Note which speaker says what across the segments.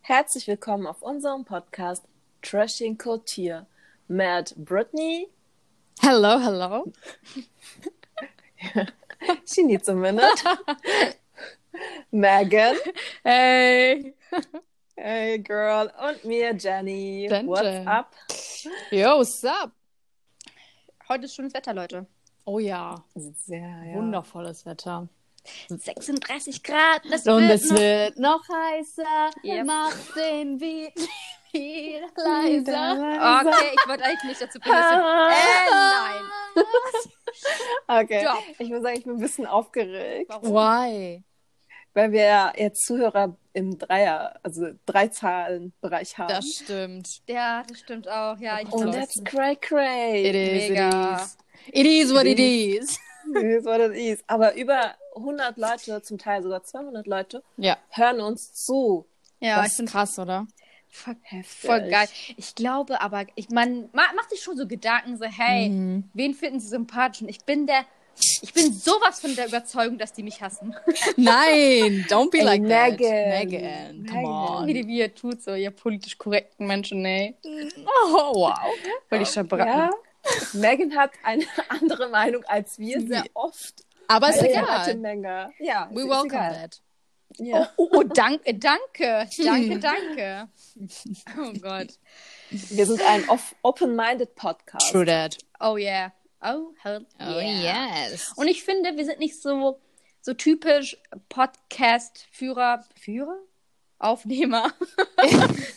Speaker 1: Herzlich willkommen auf unserem Podcast Trashing Couture mit Brittany.
Speaker 2: Hello, hello.
Speaker 1: She needs a minute. Megan.
Speaker 2: Hey.
Speaker 1: Hey Girl. Und mir, Jenny.
Speaker 2: Jen,
Speaker 1: What's
Speaker 2: Jen.
Speaker 1: up?
Speaker 2: Yo, sup?
Speaker 3: Heute ist schönes Wetter, Leute.
Speaker 2: Oh ja,
Speaker 1: Sehr, ja.
Speaker 2: wundervolles Wetter.
Speaker 3: 36 Grad. Das
Speaker 2: Und
Speaker 3: wird
Speaker 2: es
Speaker 3: noch-
Speaker 2: wird noch heißer.
Speaker 3: Yep.
Speaker 2: Mach den Beat wieder leiser.
Speaker 3: Okay, ich wollte eigentlich nicht dazu bringen, dass wir- Äh, nein.
Speaker 2: Äh,
Speaker 1: Okay.
Speaker 3: Job.
Speaker 1: Ich muss sagen, ich bin ein bisschen aufgeregt,
Speaker 3: Warum?
Speaker 2: Why?
Speaker 1: weil wir ja jetzt Zuhörer im Dreier, also Dreizahlenbereich haben.
Speaker 2: Das stimmt.
Speaker 3: Ja, das stimmt auch. Ja, ich
Speaker 1: Und
Speaker 2: stimmt.
Speaker 1: that's cray cray.
Speaker 2: It is,
Speaker 3: Mega.
Speaker 2: it is. It is what it is.
Speaker 1: Wie war das ist. Aber über 100 Leute, zum Teil sogar 200 Leute,
Speaker 2: Ja,
Speaker 1: hören uns zu.
Speaker 3: ja,
Speaker 2: das
Speaker 3: ich
Speaker 2: ist
Speaker 3: bin
Speaker 2: krass, oder?
Speaker 3: voll,
Speaker 1: Heftig.
Speaker 3: voll geil. Ich glaube aber, ich man ma, macht sich schon so Gedanken, so, hey,
Speaker 2: Mhm.
Speaker 3: wen finden sie sympathisch? Und ich bin der, ich bin sowas von der Überzeugung, dass die mich hassen.
Speaker 2: Nein, don't be
Speaker 1: Ey,
Speaker 2: like that.
Speaker 1: Megan.
Speaker 2: Megan,
Speaker 1: Megan.
Speaker 2: come
Speaker 3: Wie
Speaker 2: on.
Speaker 3: die, wie ihr tut, so, ihr politisch korrekten Menschen, ey.
Speaker 2: Oh, wow.
Speaker 3: Voll die Schabracken.
Speaker 1: Ja? Megan hat eine andere Meinung als wir sehr oft.
Speaker 2: Aber ist
Speaker 1: Megan hat eine
Speaker 2: egal.
Speaker 1: Menge. Ja,
Speaker 2: We
Speaker 1: ist
Speaker 2: welcome
Speaker 1: egal.
Speaker 2: that.
Speaker 1: Ja.
Speaker 3: Oh, oh, danke, danke, danke, danke. Oh Gott.
Speaker 1: Wir sind ein off- open-minded Podcast.
Speaker 2: True that.
Speaker 3: Oh yeah. Oh, hell yeah.
Speaker 2: yes.
Speaker 3: Und ich finde, wir sind nicht so, so typisch Podcast-Führer. Führer? Aufnehmer.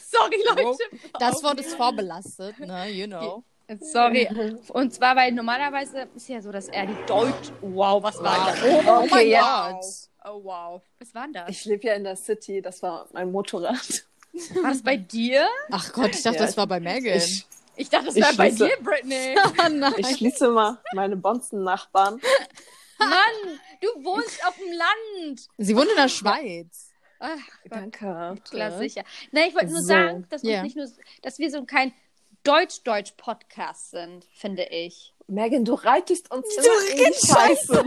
Speaker 3: Sorry, Leute.
Speaker 2: Das Wort ist vorbelastet, ne? You know.
Speaker 3: Sorry. Und zwar, weil normalerweise ist ja so, dass er die Deutsch. Wow, was war das?
Speaker 1: Oh, okay,
Speaker 2: mein
Speaker 1: ja.
Speaker 2: Gott.
Speaker 3: Oh wow. Was war denn das?
Speaker 1: Ich lebe ja in der City, das war mein Motorrad.
Speaker 3: War das bei dir?
Speaker 2: Ach Gott, ich dachte,
Speaker 1: Ja,
Speaker 2: das war bei Megan.
Speaker 1: Ich,
Speaker 3: Ich dachte, das
Speaker 1: Ich
Speaker 3: war bei
Speaker 1: schließe-
Speaker 3: dir, Britney.
Speaker 2: Ah, nein.
Speaker 1: ich schließe mal meine Bonzen-Nachbarn.
Speaker 3: Mann, du wohnst auf dem Land.
Speaker 2: Sie wohnt in der Schweiz.
Speaker 3: Ach, Gott.
Speaker 1: Danke.
Speaker 3: Klar, sicher. Nein, ich wollte nur
Speaker 1: So.
Speaker 3: sagen, dass,
Speaker 2: Ja.
Speaker 3: wir nicht nur, dass wir so kein Deutsch-Deutsch-Podcast sind, finde ich.
Speaker 1: Megan, du reitest uns immer in die
Speaker 2: reitest
Speaker 1: Scheiße.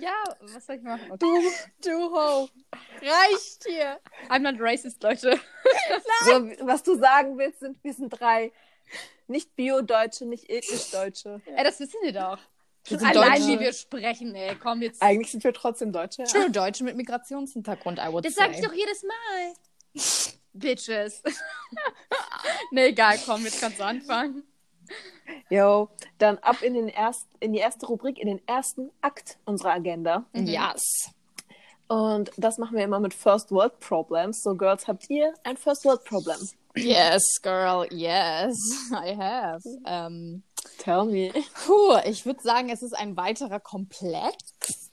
Speaker 3: Ja, was soll ich machen? Okay.
Speaker 2: Du, du ho. Reicht dir.
Speaker 3: I'm not racist, Leute.
Speaker 1: So, was du sagen willst, sind wir sind drei nicht Bio-Deutsche, nicht ethnisch Deutsche.
Speaker 3: Ey, das wissen wir
Speaker 2: Wir
Speaker 3: doch. Schon
Speaker 2: sind
Speaker 3: allein,
Speaker 2: Deutsche.
Speaker 3: wie wir sprechen, ey. Komm jetzt.
Speaker 1: Eigentlich sind wir trotzdem Deutsche. Ja.
Speaker 2: True, Deutsche mit Migrationshintergrund, I would
Speaker 3: Das
Speaker 2: say.
Speaker 3: sage ich doch jedes Mal. Bitches. nee, egal, komm, jetzt kannst du anfangen.
Speaker 1: Jo, dann ab in, den erst, in die erste Rubrik, in den ersten Akt unserer Agenda.
Speaker 2: Mhm. Yes.
Speaker 1: Und das machen wir immer mit First World Problems. So, Girls, habt ihr ein First World Problem?
Speaker 2: Yes, girl, yes. I have. Ähm,
Speaker 1: Tell me.
Speaker 2: Puh, ich würde sagen, es ist ein weiterer Komplex,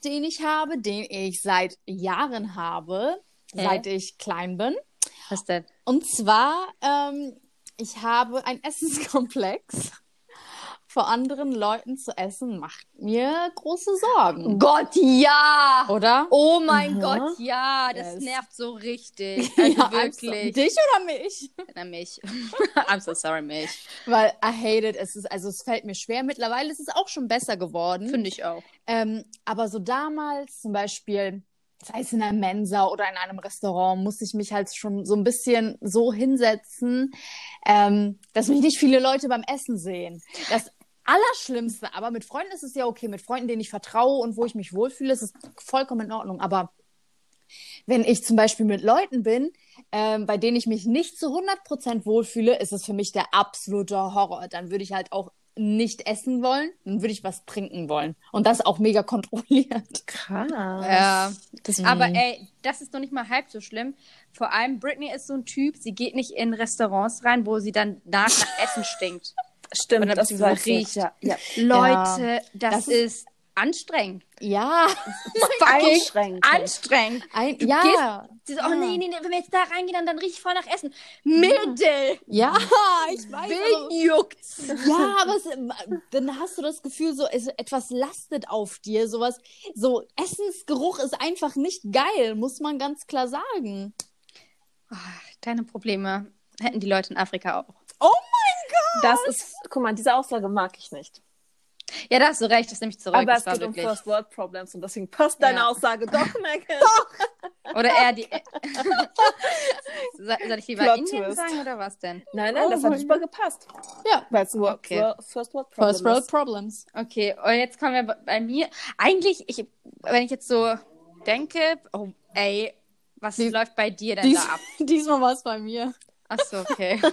Speaker 2: den ich habe, den ich seit Jahren habe,
Speaker 3: Hä?
Speaker 2: seit ich klein bin.
Speaker 3: Was denn?
Speaker 2: Und zwar, ähm, ich habe einen Essenskomplex. Vor anderen Leuten zu essen macht mir große Sorgen.
Speaker 3: Gott, ja!
Speaker 2: Oder?
Speaker 3: Oh mein
Speaker 1: Mhm.
Speaker 3: Gott, ja! Das
Speaker 2: Yes.
Speaker 3: nervt so richtig. Also
Speaker 2: I'm so-
Speaker 3: wirklich.
Speaker 2: dich oder mich?
Speaker 3: Na, mich. I'm so sorry, mich.
Speaker 2: Weil I hate it. Es ist, also es fällt mir schwer. Mittlerweile ist es auch schon besser geworden.
Speaker 3: Finde ich auch.
Speaker 2: Ähm, aber so damals zum Beispiel, sei es in einer Mensa oder in einem Restaurant, musste ich mich halt schon so ein bisschen so hinsetzen, ähm, dass mich nicht viele Leute beim Essen sehen. Das Allerschlimmste, aber mit Freunden ist es ja okay, mit Freunden, denen ich vertraue und wo ich mich wohlfühle, ist es vollkommen in Ordnung. Aber wenn ich zum Beispiel mit Leuten bin, ähm, bei denen ich mich nicht zu 100% wohlfühle, ist es für mich der absolute Horror. Dann würde ich halt auch nicht essen wollen, dann würde ich was trinken wollen. Und das auch mega kontrolliert.
Speaker 1: Krass.
Speaker 3: Ja.
Speaker 1: Das
Speaker 3: Aber ey, das ist noch nicht mal halb so schlimm. Vor allem, Britney ist so ein Typ, sie geht nicht in Restaurants rein, wo sie dann nach, nach Essen stinkt.
Speaker 1: stimmt,
Speaker 3: Und dann
Speaker 1: das
Speaker 3: bist du
Speaker 1: weiß
Speaker 3: so
Speaker 1: ich.
Speaker 3: riecht.
Speaker 1: Ja, ja.
Speaker 3: Leute, das,
Speaker 2: Das
Speaker 3: ist anstrengend.
Speaker 2: Ja,
Speaker 3: Fucking
Speaker 1: Einschränkend.
Speaker 3: anstrengend.
Speaker 2: ein,
Speaker 3: Du
Speaker 2: ja,
Speaker 3: gehst, sie so, oh nee, nee, nee, wenn wir jetzt da reingehen, dann, dann rieche ich voll nach Essen. Mädel,
Speaker 2: ja, ich weiß. aber-
Speaker 3: wen juckt's?
Speaker 2: Mhm. Ja, aber es, dann hast du das Gefühl, so es, etwas lastet auf dir, sowas. So Essensgeruch ist einfach nicht geil, muss man ganz klar sagen.
Speaker 3: Ach, Ah, Deine Probleme hätten die Leute in Afrika auch.
Speaker 1: Das ist, guck mal, diese Aussage mag ich nicht.
Speaker 3: Ja, da hast du recht, das nehme ich zurück.
Speaker 1: Aber es
Speaker 3: das
Speaker 1: geht
Speaker 3: war
Speaker 1: um
Speaker 3: wirklich.
Speaker 1: First World Problems und deswegen passt deine
Speaker 3: Ja.
Speaker 1: Aussage doch, Megan.
Speaker 3: Oder eher die. Soll soll ich lieber
Speaker 1: Plot
Speaker 3: Indien
Speaker 1: Twist.
Speaker 3: sagen oder was denn?
Speaker 1: Nein, nein,
Speaker 2: Oh
Speaker 1: das hat
Speaker 2: mein
Speaker 1: super gepasst.
Speaker 2: Ja.
Speaker 1: Weil es nur
Speaker 3: Okay.
Speaker 1: für First World Problem
Speaker 2: First World Problems.
Speaker 3: Okay, und jetzt kommen wir bei- bei mir. Eigentlich, ich, wenn ich jetzt so denke, oh, ey, was
Speaker 2: Dies-
Speaker 3: läuft bei dir denn
Speaker 2: Dies,
Speaker 3: da ab?
Speaker 2: diesmal war es bei mir.
Speaker 3: Achso, okay.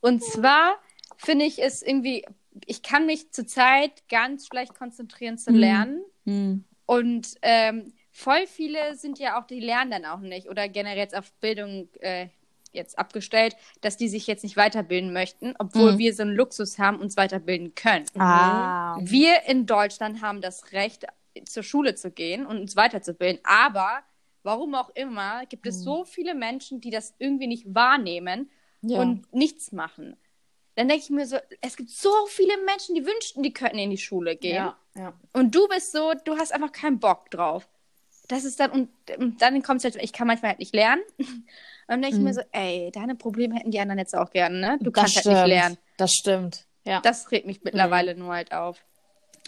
Speaker 3: und zwar finde ich es irgendwie, ich kann mich zurzeit ganz schlecht konzentrieren zu
Speaker 2: Mhm.
Speaker 3: lernen. Und ähm, voll viele sind ja auch, die lernen dann auch nicht oder generell jetzt auf Bildung äh, jetzt abgestellt, dass die sich jetzt nicht weiterbilden möchten, obwohl
Speaker 2: Mhm.
Speaker 3: wir so einen Luxus haben, uns weiterbilden können.
Speaker 2: Ah.
Speaker 3: Wir in Deutschland haben das Recht, zur Schule zu gehen und uns weiterzubilden, aber warum auch immer, gibt es
Speaker 2: Mhm.
Speaker 3: so viele Menschen, die das irgendwie nicht wahrnehmen
Speaker 2: Ja.
Speaker 3: und nichts machen. Dann denke ich mir so, es gibt so viele Menschen, die wünschten, die könnten in die Schule gehen.
Speaker 2: ja. ja.
Speaker 3: Und du bist so, du hast einfach keinen Bock drauf. Das ist dann, und, und dann kommt es halt, ich kann manchmal halt nicht lernen. Und dann denke
Speaker 2: Mhm.
Speaker 3: ich mir so, ey, deine Probleme hätten die anderen jetzt auch gerne, ne? Du
Speaker 2: Das
Speaker 3: kannst
Speaker 2: stimmt.
Speaker 3: halt nicht lernen.
Speaker 2: Das stimmt. Ja.
Speaker 3: Das regt mich
Speaker 2: Mhm.
Speaker 3: mittlerweile nur halt auf.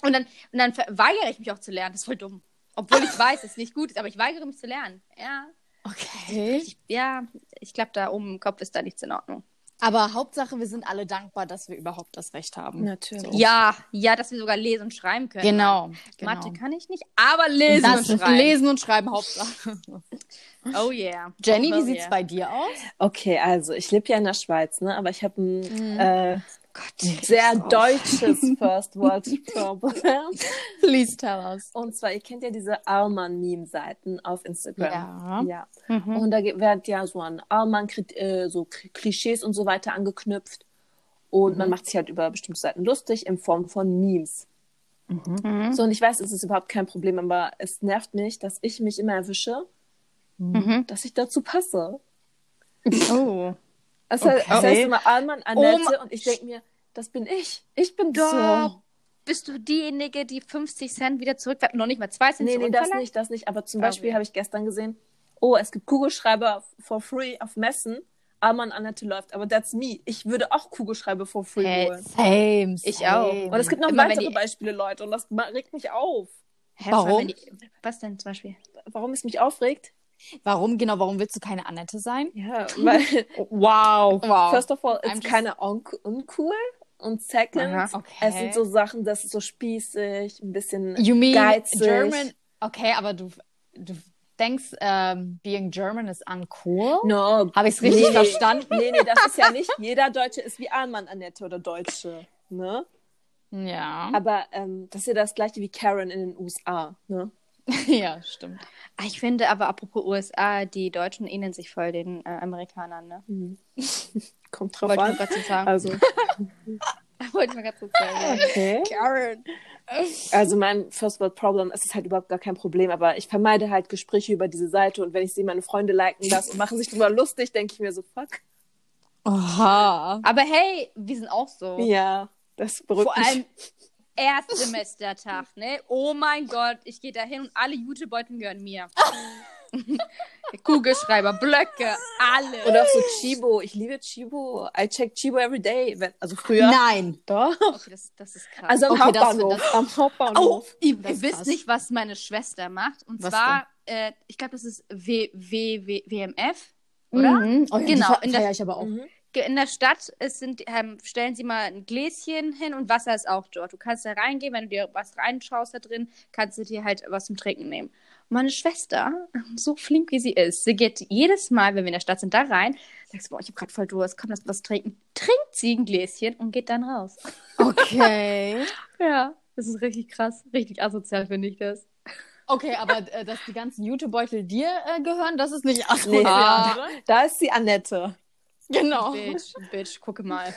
Speaker 3: Und dann, und dann verweigere ich mich auch zu lernen. Das ist voll dumm. Obwohl ich weiß, dass es nicht gut ist, aber ich weigere mich zu lernen. Ja,
Speaker 2: okay.
Speaker 3: ja, ich glaube, da oben im Kopf ist da nichts in Ordnung.
Speaker 2: Aber Hauptsache, wir sind alle dankbar, dass wir überhaupt das Recht haben.
Speaker 1: Natürlich.
Speaker 2: So.
Speaker 3: Ja, ja, dass wir sogar lesen und schreiben können.
Speaker 2: Genau. genau.
Speaker 3: Mathe kann ich nicht, aber lesen
Speaker 2: das
Speaker 3: und schreiben.
Speaker 2: Lesen und Schreiben, Hauptsache.
Speaker 3: Oh yeah.
Speaker 2: Jenny,
Speaker 3: Oh
Speaker 2: wie sieht's
Speaker 3: yeah.
Speaker 2: bei dir aus?
Speaker 1: Okay, also ich lebe ja in der Schweiz, ne? aber ich habe ein
Speaker 2: Mhm.
Speaker 1: äh,
Speaker 3: Gott,
Speaker 1: sehr
Speaker 3: oh.
Speaker 1: deutsches First World Problem.
Speaker 2: Please tell us.
Speaker 1: Und zwar, ihr kennt ja diese Alman-Meme-Seiten auf Instagram.
Speaker 2: Ja.
Speaker 1: ja.
Speaker 3: Mhm.
Speaker 1: Und da ge- wird ja so an Allmann äh, so K- Klischees und so weiter angeknüpft. Und man macht sich halt über bestimmte Seiten lustig in Form von Memes.
Speaker 3: Mhm.
Speaker 2: Mhm.
Speaker 1: So, und ich weiß, es ist überhaupt kein Problem, aber es nervt mich, dass ich mich immer erwische,
Speaker 3: Mhm.
Speaker 1: dass ich dazu passe.
Speaker 3: Oh.
Speaker 1: Es Also, heißt, es
Speaker 3: Okay.
Speaker 1: heißt immer Allmann, Annette
Speaker 3: Oh
Speaker 1: und ich denke mir, das bin ich. Ich bin
Speaker 3: Doch.
Speaker 1: so.
Speaker 3: Bist du diejenige, die 50 Cent wieder zurückfährt? Noch nicht mal 2 Cent
Speaker 1: Nee, nee, das
Speaker 3: zurückverlangt?
Speaker 1: nicht, das nicht. Aber zum
Speaker 3: Okay.
Speaker 1: Beispiel habe ich gestern gesehen, oh, es gibt Kugelschreiber for free auf Messen. Alman Annette läuft, aber that's me. Ich würde auch Kugelschreiber for free
Speaker 3: Hä,
Speaker 1: holen.
Speaker 2: Äh, Same, same.
Speaker 3: Ich auch.
Speaker 1: Und es gibt noch
Speaker 3: Immer wenn
Speaker 1: weitere
Speaker 3: die-
Speaker 1: Beispiele, Leute, und das ma- regt mich auf.
Speaker 3: Hä,
Speaker 2: Warum?
Speaker 3: vor allem, wenn die- Was denn zum Beispiel?
Speaker 1: Warum es mich aufregt?
Speaker 2: Warum, genau, warum willst du keine Annette sein?
Speaker 1: Ja, weil
Speaker 2: Wow. Wow.
Speaker 1: first of all,
Speaker 2: I'm
Speaker 1: it's
Speaker 2: just-
Speaker 1: keine unc- uncool. Und second,
Speaker 3: Aha,
Speaker 2: okay.
Speaker 1: es sind so Sachen, das ist so spießig, ein bisschen
Speaker 2: You mean
Speaker 1: geizig.
Speaker 2: German? Okay, aber du, du denkst, ähm, being German is uncool?
Speaker 1: No.
Speaker 2: Habe ich es richtig
Speaker 1: Nee.
Speaker 2: verstanden?
Speaker 1: Nee, nee, das ist ja nicht. Jeder Deutsche ist wie Ahnmann, Annette oder Deutsche. Ne?
Speaker 2: Ja.
Speaker 1: Aber ähm, das ist ja das gleiche wie Karen in den USA. Ne?
Speaker 2: ja, stimmt.
Speaker 3: Ah, Ich finde aber, apropos USA, die Deutschen ähneln sich voll den äh, Amerikanern, ne?
Speaker 1: Mhm. Kommt drauf
Speaker 3: Wollte ich nur
Speaker 1: an.
Speaker 3: gerade so sagen.
Speaker 1: Also,
Speaker 3: Wollte ich nur gerade so sagen.
Speaker 1: okay.
Speaker 3: Karen.
Speaker 1: Also mein First World Problem es ist halt überhaupt gar kein Problem, aber ich vermeide halt Gespräche über diese Seite und wenn ich sie meine Freunde liken lasse und machen sich drüber lustig, denke ich mir so, fuck.
Speaker 2: Oha.
Speaker 3: Aber hey, wir sind auch so.
Speaker 1: Ja, das berührt
Speaker 3: Vor allem Erstsemestertag, ne? Oh mein Gott, ich gehe da hin und alle Jutebeuten gehören mir. Kugelschreiber, Blöcke, alle.
Speaker 1: Oder auch so Chibo, ich liebe Chibo. I check Chibo every day, wenn, also früher.
Speaker 2: Nein.
Speaker 1: Doch.
Speaker 3: Okay, das, das ist krass.
Speaker 1: Also am
Speaker 2: Okay, das-
Speaker 1: Hauptbahnhof.
Speaker 2: das-
Speaker 1: am Hauptbahnhof.
Speaker 3: ihr
Speaker 2: das
Speaker 3: ihr
Speaker 2: ist
Speaker 3: wisst
Speaker 2: krass.
Speaker 3: nicht, was meine Schwester macht. Und
Speaker 2: Was
Speaker 3: zwar, äh, ich glaube, das ist w w w WMF, oder?
Speaker 2: Oder? Oh, ja, die
Speaker 3: Genau,
Speaker 2: fe-
Speaker 3: in der-
Speaker 2: feier ich aber auch.
Speaker 1: Mhm.
Speaker 3: Ge- In der Stadt es sind, ähm, stellen sie mal ein Gläschen hin und Wasser ist auch dort. Du kannst da reingehen, wenn du dir was reinschaust da drin, kannst du dir halt was zum Trinken nehmen. Und meine Schwester, so flink wie sie ist, sie geht jedes Mal, wenn wir in der Stadt sind, da rein, sagst, boah, ich habe gerade voll Durst, komm, lass was trinken. Trinkt sie ein Gläschen und geht dann raus.
Speaker 2: Okay.
Speaker 3: Ja, das ist richtig krass, richtig asozial finde ich das.
Speaker 2: Okay, aber äh, dass die ganzen Jutebeutel dir äh, gehören, das ist nicht
Speaker 1: Nee.
Speaker 2: asozial.
Speaker 1: Da ist die Annette.
Speaker 2: Genau.
Speaker 3: Bitch, Bitch, gucke mal.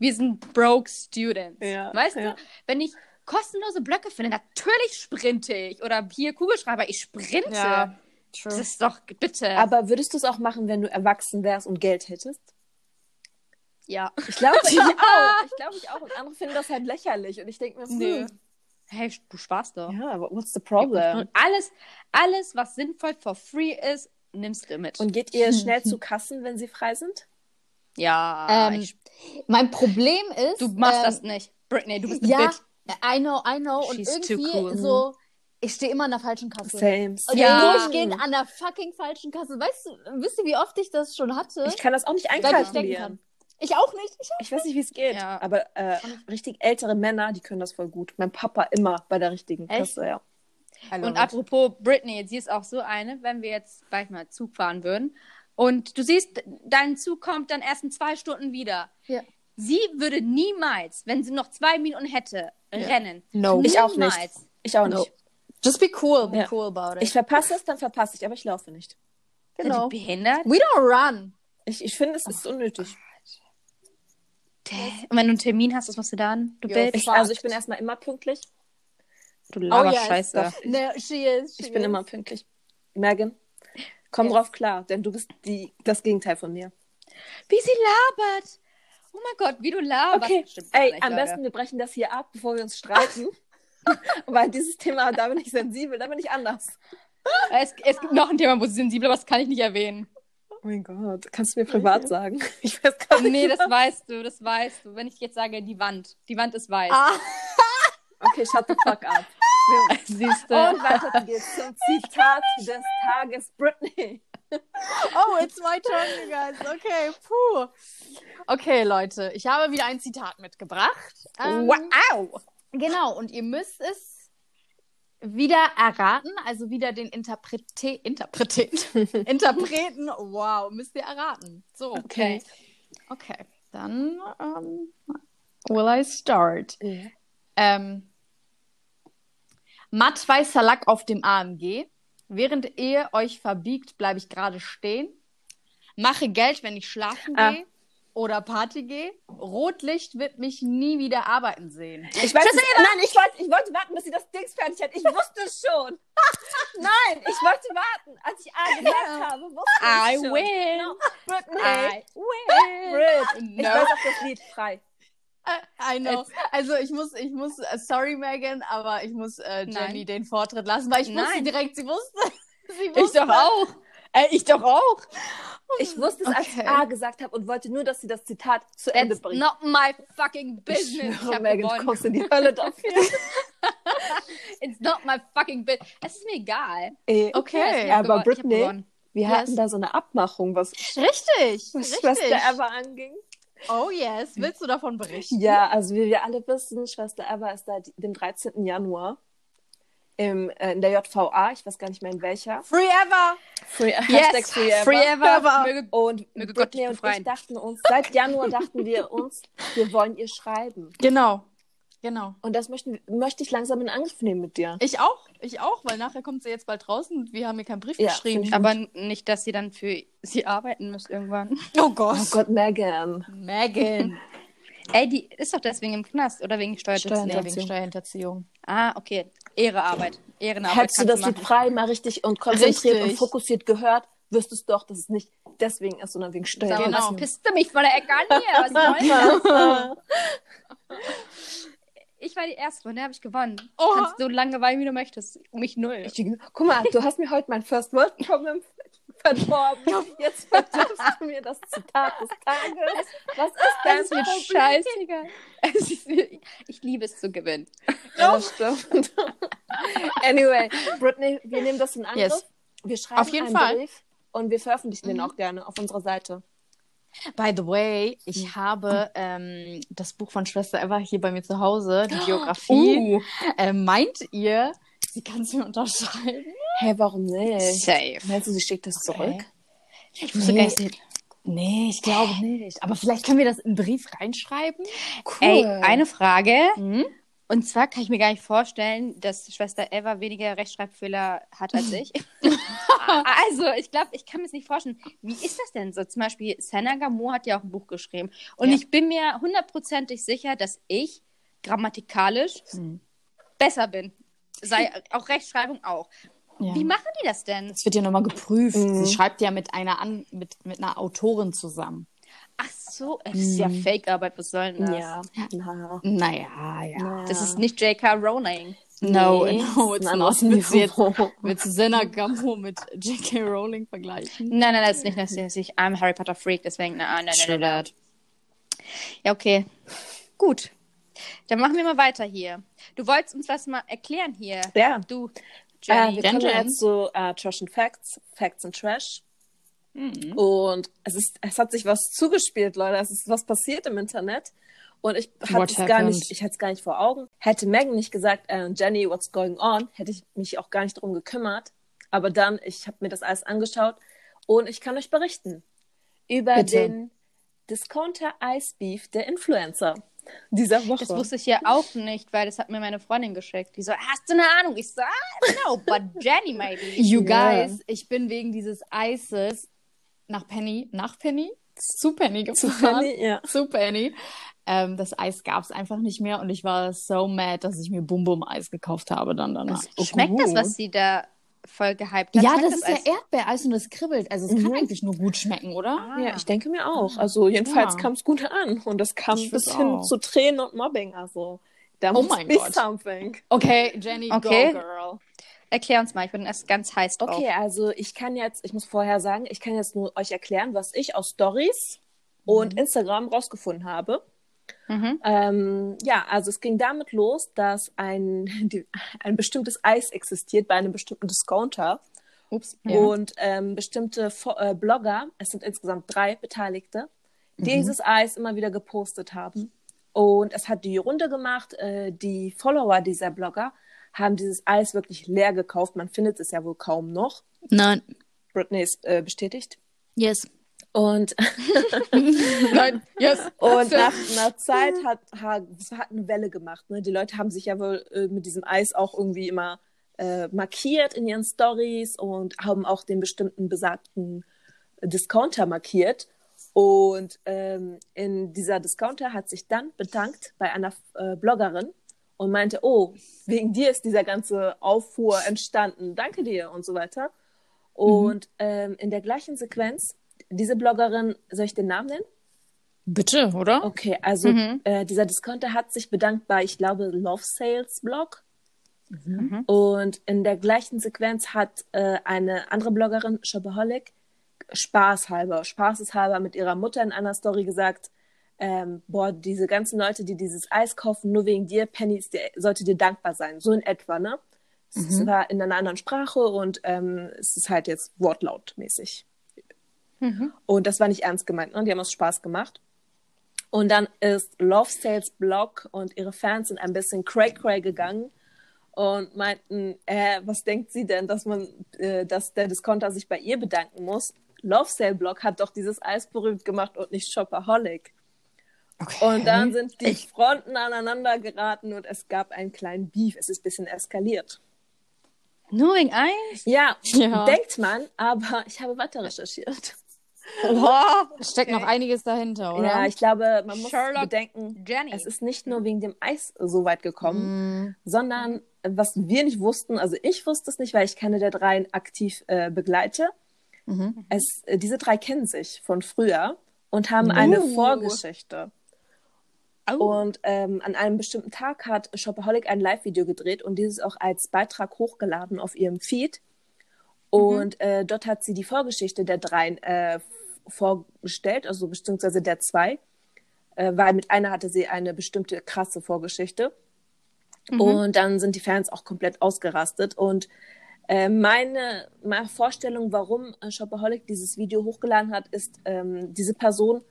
Speaker 3: Wir sind broke Students.
Speaker 1: Ja,
Speaker 3: weißt
Speaker 1: ja.
Speaker 3: du, wenn ich kostenlose Blöcke finde, natürlich sprinte ich. Oder hier Kugelschreiber, ich sprinte.
Speaker 2: Ja,
Speaker 3: Das
Speaker 2: true.
Speaker 3: ist doch, bitte.
Speaker 1: Aber würdest du es auch machen, wenn du erwachsen wärst und Geld hättest?
Speaker 3: ja.
Speaker 1: Ich glaube, ich auch. Ich glaube, ich auch. Und andere finden das halt lächerlich. Und ich denke mir, hm,
Speaker 3: Nö. Hey, du sparst doch.
Speaker 1: ja, but what's the problem?
Speaker 3: Und alles, alles, was sinnvoll for free ist, nimmst du mit.
Speaker 1: Und geht ihr schnell zu Kassen, wenn sie frei sind?
Speaker 3: ja,
Speaker 2: Ähm,
Speaker 3: ich,
Speaker 2: Mein Problem ist.
Speaker 3: du machst
Speaker 2: ähm,
Speaker 3: das nicht. Britney, du bist eine
Speaker 2: ja,
Speaker 3: Bitch.
Speaker 2: I know, I know.
Speaker 3: She's
Speaker 2: und
Speaker 3: too
Speaker 2: irgendwie
Speaker 3: cool.
Speaker 2: so, Ich stehe immer an der falschen Kasse.
Speaker 1: Same.
Speaker 2: Und
Speaker 3: Ja.
Speaker 2: durchgehend an der fucking falschen Kasse. Weißt du, wisst ihr, wie oft ich das schon hatte?
Speaker 1: Ich kann das auch nicht
Speaker 2: Seit ich denken
Speaker 1: einkalkulieren.
Speaker 2: kann. Ich auch nicht. Ich
Speaker 1: Ich weiß nicht, wie es geht.
Speaker 3: Ja.
Speaker 1: Aber äh, richtig ältere Männer, die können das voll gut. Mein Papa immer bei der richtigen
Speaker 3: Echt?
Speaker 1: Kasse, ja.
Speaker 3: Und apropos Britney, sie ist auch so eine, wenn wir jetzt gleich mal Zug fahren würden und du siehst, dein Zug kommt dann erst in zwei Stunden wieder.
Speaker 2: Ja.
Speaker 3: Sie würde niemals, wenn sie noch zwei Minuten hätte, rennen.
Speaker 2: No.
Speaker 1: Ich auch nicht.
Speaker 3: Niemals.
Speaker 1: Ich auch
Speaker 2: No.
Speaker 1: nicht.
Speaker 2: Just be cool. Be
Speaker 1: Ja.
Speaker 2: cool about it. Genau.
Speaker 1: Ich also verpasse es, dann verpasse ich, aber ich laufe nicht.
Speaker 3: Sind die behindert?
Speaker 2: We don't run.
Speaker 1: Ich, ich finde, es ist unnötig.
Speaker 3: Und wenn du einen Termin hast, was machst du dann? Du
Speaker 2: Ja,
Speaker 3: bist.
Speaker 1: Ich, also ich bin erstmal immer pünktlich.
Speaker 3: Du laberst
Speaker 2: Oh, yes.
Speaker 3: Scheiße.
Speaker 2: No, she is. She
Speaker 1: Ich bin
Speaker 2: is.
Speaker 1: immer pünktlich. Megan, komm
Speaker 2: Yes.
Speaker 1: drauf klar, denn du bist die, das Gegenteil von mir.
Speaker 3: Wie sie labert. Oh mein Gott, wie du laberst.
Speaker 1: Okay,
Speaker 3: Stimmt gar
Speaker 1: ey,
Speaker 3: nicht,
Speaker 1: am
Speaker 3: Leute.
Speaker 1: besten wir brechen das hier ab, bevor wir uns streiten. Weil dieses Thema, da bin ich sensibel, da bin ich anders.
Speaker 3: Es, es gibt noch ein Thema, wo sie sensibel, aber das kann ich nicht erwähnen.
Speaker 1: Oh mein Gott, kannst du mir privat sagen? Ich weiß gar nicht.
Speaker 3: Nee, das weißt du, das weißt du. Wenn ich jetzt sage, die Wand. Die Wand ist weiß.
Speaker 2: Ah,
Speaker 1: Okay, shut the fuck up. Wir-
Speaker 3: Siehst du?
Speaker 2: Oh
Speaker 1: Und weiter geht's zum Zitat des Tages, Britney.
Speaker 2: oh, it's my turn, you guys. Okay, puh. Okay, Leute, ich habe wieder ein Zitat mitgebracht. Ähm,
Speaker 3: wow!
Speaker 2: Genau, und ihr müsst es wieder erraten, also wieder den Interprete, Interprete, Interpreten, wow, müsst ihr erraten. So,
Speaker 3: Okay.
Speaker 2: okay, dann ähm, will I start. Ähm, matt weißer Lack auf dem AMG. Während ihr euch verbiegt, bleibe ich gerade stehen. Mache Geld, wenn ich schlafen
Speaker 1: Ah.
Speaker 2: gehe oder Party gehe. Rotlicht wird mich nie wieder arbeiten sehen.
Speaker 1: Ich weiß, es, nein, ich wollte, ich wollte warten, bis sie das Dings fertig hat. Ich wusste es schon. nein, ich wollte warten, als ich A gesagt habe. Wusste
Speaker 3: I
Speaker 1: ich schon.
Speaker 3: will.
Speaker 1: No, Britney.
Speaker 3: I will.
Speaker 1: Brit. Ich
Speaker 2: No.
Speaker 1: weiß auch das Lied frei.
Speaker 2: I know. Also ich muss, ich muss, äh, sorry Megan, aber ich muss äh, Jenny
Speaker 3: Nein.
Speaker 2: den Vortritt lassen, weil ich wusste
Speaker 3: Nein.
Speaker 2: direkt, sie wusste. sie
Speaker 3: Ich
Speaker 2: wusste.
Speaker 3: doch auch. Äh, ich doch auch.
Speaker 1: Ich wusste es, als ich
Speaker 2: Okay.
Speaker 1: A gesagt habe und wollte nur, dass sie das Zitat zu Ende
Speaker 3: That's
Speaker 1: bringt.
Speaker 3: not my fucking
Speaker 1: Ich
Speaker 3: business. Ich,
Speaker 1: schwöre,
Speaker 3: hab
Speaker 1: Megan, du
Speaker 3: gewonnen.
Speaker 1: kommst in die Hölle dafür.
Speaker 3: It's not my fucking business. Es ist mir egal.
Speaker 1: Ey,
Speaker 2: Okay.
Speaker 3: Ich hab
Speaker 1: Äh, Aber
Speaker 3: gewonnen. Ich hab
Speaker 1: Britney-
Speaker 3: gewonnen.
Speaker 1: Wir
Speaker 2: Yes.
Speaker 1: hatten da so eine Abmachung, was,
Speaker 2: Richtig.
Speaker 1: was
Speaker 2: richtig.
Speaker 1: Schwester Eva anging.
Speaker 2: Oh yes. Willst du davon berichten?
Speaker 1: Ja, also wie wir alle wissen, Schwester Eva ist seit dem 13. Januar im, äh, in der JVA, ich weiß gar nicht mehr in welcher.
Speaker 2: Free ever.
Speaker 1: Free, E- Hashtag
Speaker 3: Yes,
Speaker 1: Free Eva.
Speaker 3: Free Ever. Möge-
Speaker 1: Und
Speaker 3: Möge Gott
Speaker 1: Britney
Speaker 3: dich
Speaker 1: und ich
Speaker 3: befreien.
Speaker 1: dachten uns, seit Januar dachten wir uns, wir wollen ihr schreiben.
Speaker 2: Genau. Genau.
Speaker 1: Und das möchten, möchte ich langsam in Angriff nehmen mit dir.
Speaker 2: Ich auch. Ich auch, weil nachher kommt sie jetzt bald draußen und wir haben ihr keinen Brief
Speaker 1: Ja,
Speaker 2: geschrieben.
Speaker 1: finde
Speaker 3: Aber n- nicht, dass sie dann für sie arbeiten muss irgendwann.
Speaker 2: Oh Gott.
Speaker 1: Oh Gott, Megan.
Speaker 2: Megan.
Speaker 3: Ey, die ist doch deswegen im Knast oder wegen Steuerhinterziehung.
Speaker 2: Nee, wegen Steuerhinterziehung.
Speaker 3: Ah, okay. Ehre Arbeit. Ehrenarbeit.
Speaker 1: Hättest du das
Speaker 3: kannst
Speaker 1: Lied
Speaker 3: machen.
Speaker 1: frei mal richtig und konzentriert
Speaker 2: Richtig.
Speaker 1: und fokussiert gehört, wüsstest du doch, dass es nicht deswegen ist, sondern wegen
Speaker 3: Sauer,
Speaker 1: Steuern.
Speaker 2: Genau.
Speaker 3: was pisst du mich von der Ecke an hier? Was soll das? Ich war die erste Runde, habe ich gewonnen. Du
Speaker 2: Oha.
Speaker 3: kannst so lange weinen, wie du möchtest. Um Mich null.
Speaker 1: Ich, guck mal, du hast mir heute mein First World Problem verdorben. Jetzt verdirbst du mir das Zitat des Tages. Was ist
Speaker 3: Das
Speaker 1: dein
Speaker 3: ist mir
Speaker 1: Problem?
Speaker 3: scheißegal. Es ist mir, ich liebe es zu gewinnen.
Speaker 1: Ja, das stimmt. anyway, Britney, wir nehmen das in Angriff.
Speaker 2: Yes.
Speaker 1: Wir schreiben
Speaker 2: Auf jeden
Speaker 1: einen
Speaker 2: Fall.
Speaker 1: Brief und wir veröffentlichen den auch gerne auf unserer Seite.
Speaker 2: By the way, ich habe ähm, das Buch von Schwester Eva hier bei mir zu Hause, die Biografie. Äh, meint ihr, sie kann es mir unterschreiben?
Speaker 1: Hä, hey, warum nicht?
Speaker 3: Safe.
Speaker 1: Meinst du, sie schickt das zurück?
Speaker 3: Äh, Ich wusste gar nicht.
Speaker 2: Nee, ich glaube nicht. Aber vielleicht können wir das im Brief reinschreiben.
Speaker 3: Ey, eine Frage.
Speaker 2: Mhm.
Speaker 3: Und zwar kann ich mir gar nicht vorstellen, dass Schwester Eva weniger Rechtschreibfehler hat als ich. also, ich glaube, ich kann mir es nicht vorstellen. Wie ist das denn so? Zum Beispiel, Senaga Moore hat ja auch ein Buch geschrieben. Und
Speaker 2: Ja.
Speaker 3: ich bin mir hundertprozentig sicher, dass ich grammatikalisch
Speaker 2: Mhm. Hm.
Speaker 3: besser bin. Sei auch Rechtschreibung auch.
Speaker 2: Ja.
Speaker 3: Wie machen die das denn?
Speaker 2: Das wird ja nochmal geprüft.
Speaker 1: Mhm.
Speaker 2: Sie schreibt ja mit einer, an, mit, mit einer Autorin zusammen.
Speaker 3: Ach so, das ist ja
Speaker 2: Mhm.
Speaker 3: Fake-Arbeit, was soll denn das?
Speaker 1: Ja. Naja.
Speaker 2: Naja, Ah, ja.
Speaker 1: Naja.
Speaker 3: Das ist nicht J.K. Rowling.
Speaker 2: No,
Speaker 1: Nee, das ist
Speaker 2: no,
Speaker 1: ein
Speaker 2: it's not.
Speaker 1: anderes
Speaker 2: Willst du jetzt
Speaker 1: Niveau.
Speaker 2: willst du Senna Gammo mit J.K. Rowling vergleichen?
Speaker 3: Nein, nein, das ist nicht, das ist nicht. I'm Harry Potter Freak, deswegen, nein, nein, nein, nein.
Speaker 2: that.
Speaker 3: Ja, okay. Gut. Dann machen wir mal weiter hier. Du wolltest uns was mal erklären hier.
Speaker 1: Ja.
Speaker 3: Du,
Speaker 1: Äh,
Speaker 3: Jenny.
Speaker 1: wir
Speaker 4: Jen,
Speaker 1: kommen
Speaker 4: Jen.
Speaker 1: jetzt zu äh, Trash and Facts, Facts and Trash.
Speaker 4: Mhm.
Speaker 1: Und es ist, es hat sich was zugespielt, Leute. Es ist was passiert im Internet. Und ich
Speaker 4: What
Speaker 1: hatte es gar
Speaker 4: happened?
Speaker 1: nicht, ich hatte es gar nicht vor Augen. Hätte Megan nicht gesagt, äh, Jenny, what's going on, hätte ich mich auch gar nicht drum gekümmert. Aber dann, ich habe mir das alles angeschaut und ich kann euch berichten über
Speaker 2: Bitte.
Speaker 1: den Discounter Ice Beef der Influencer dieser Woche.
Speaker 3: das wusste ich ja auch nicht, weil das hat mir meine Freundin geschickt. Die so, hast du eine Ahnung? Ich so, "Ah, I don't know, but Jenny maybe.
Speaker 2: You
Speaker 1: Ja.
Speaker 2: guys, ich bin wegen dieses Eises nach Penny, nach Penny, zu Penny
Speaker 1: zu
Speaker 2: gefahren.
Speaker 1: funny, ja.
Speaker 2: Zu Penny. Ähm, das Eis gab es einfach nicht mehr und ich war so mad, dass ich mir Bum Bum Eis gekauft habe dann danach.
Speaker 3: Schmeckt das, was sie da voll gehypt hat?
Speaker 2: ja,
Speaker 3: Schmeckt
Speaker 2: das ist ja
Speaker 3: Eis?
Speaker 2: Erdbeereis und es kribbelt. Also es kann eigentlich nur gut schmecken, oder?
Speaker 3: Ah.
Speaker 1: Ja, ich denke mir auch. Also jedenfalls
Speaker 2: Ja.
Speaker 1: kam es gut an und das kam
Speaker 2: Ich
Speaker 1: bis
Speaker 2: find's
Speaker 1: hin
Speaker 2: auch.
Speaker 1: zu Tränen und Mobbing. Also da
Speaker 2: Oh
Speaker 1: muss
Speaker 2: mein
Speaker 1: be
Speaker 2: Gott.
Speaker 1: something.
Speaker 2: Okay, Jenny,
Speaker 3: Okay.
Speaker 2: go girl.
Speaker 3: Erklär uns mal, ich bin erst ganz heiß drauf.
Speaker 1: Okay, also ich kann jetzt, ich muss vorher sagen, ich kann jetzt nur euch erklären, was ich aus Stories und Instagram rausgefunden habe.
Speaker 3: Mhm.
Speaker 1: Ähm, ja, also es ging damit los, dass ein, die, ein bestimmtes Eis existiert bei einem bestimmten Discounter.
Speaker 2: Ups.
Speaker 1: Und ähm, bestimmte Fo äh, Blogger, es sind insgesamt drei Beteiligte, dieses Eis immer wieder gepostet haben. Und es hat die Runde gemacht. Äh, die Follower dieser Blogger haben dieses Eis wirklich leer gekauft. Man findet es ja wohl kaum noch.
Speaker 4: Nein.
Speaker 1: Britney ist äh, bestätigt.
Speaker 4: Yes.
Speaker 1: Und,
Speaker 2: Nein, yes.
Speaker 1: und nach einer Zeit hat, hat es hat eine Welle gemacht. Ne? Die Leute haben sich ja wohl äh, mit diesem Eis auch irgendwie immer äh, markiert in ihren Stories und haben auch den bestimmten besagten Discounter markiert. Und ähm, in dieser Discounter hat sich dann bedankt bei einer äh, Bloggerin und meinte, oh, wegen dir ist dieser ganze Auffuhr entstanden, danke dir und so weiter. Und ähm, in der gleichen Sequenz, diese Bloggerin, soll ich den Namen nennen?
Speaker 4: Bitte, oder?
Speaker 1: Okay, also
Speaker 3: Mhm.
Speaker 1: äh, dieser Discounter hat sich bedankt bei, ich glaube, Love Sales Blog. Und in der gleichen Sequenz hat äh, eine andere Bloggerin, Shopaholic, spaßhalber, spaßeshalber mit ihrer Mutter in einer Story gesagt, ähm, boah, diese ganzen Leute, die dieses Eis kaufen, nur wegen dir, Penny, ist dir, sollte dir dankbar sein. So in etwa, ne? Es war in einer anderen Sprache und ähm, es ist halt jetzt wortlautmäßig. Und das war nicht ernst gemeint, ne? Die haben es Spaß gemacht. Und dann ist Love Sales Blog und ihre Fans sind ein bisschen cray cray gegangen und meinten, äh, was denkt sie denn, dass man, äh, dass der Discounter sich bei ihr bedanken muss? Love Sale Blog hat doch dieses Eis berühmt gemacht und nicht Shopaholic. Und dann sind die Fronten aneinander geraten und es gab einen kleinen Beef. Es ist ein bisschen eskaliert.
Speaker 3: Nur wegen Eis?
Speaker 1: Ja,
Speaker 2: Ja.
Speaker 1: denkt man, aber ich habe weiter recherchiert.
Speaker 2: Steckt noch einiges dahinter, oder?
Speaker 1: Ja, ich glaube, man muss
Speaker 3: Sherlock
Speaker 1: bedenken,
Speaker 3: Jenny.
Speaker 1: Es ist nicht nur wegen dem Eis so weit gekommen, sondern äh, was wir nicht wussten, also ich wusste es nicht, weil ich keine der dreien aktiv äh, begleite. Es, äh, diese drei kennen sich von früher und haben eine Vorgeschichte. Und ähm, an einem bestimmten Tag hat Shopaholic ein Live-Video gedreht und dieses auch als Beitrag hochgeladen auf ihrem Feed. Und äh, dort hat sie die Vorgeschichte der dreien äh, vorgestellt, also beziehungsweise der zwei, äh, weil mit einer hatte sie eine bestimmte krasse Vorgeschichte. Und dann sind die Fans auch komplett ausgerastet. Und äh, meine, meine Vorstellung, warum äh, Shopaholic dieses Video hochgeladen hat, ist, ähm, diese Person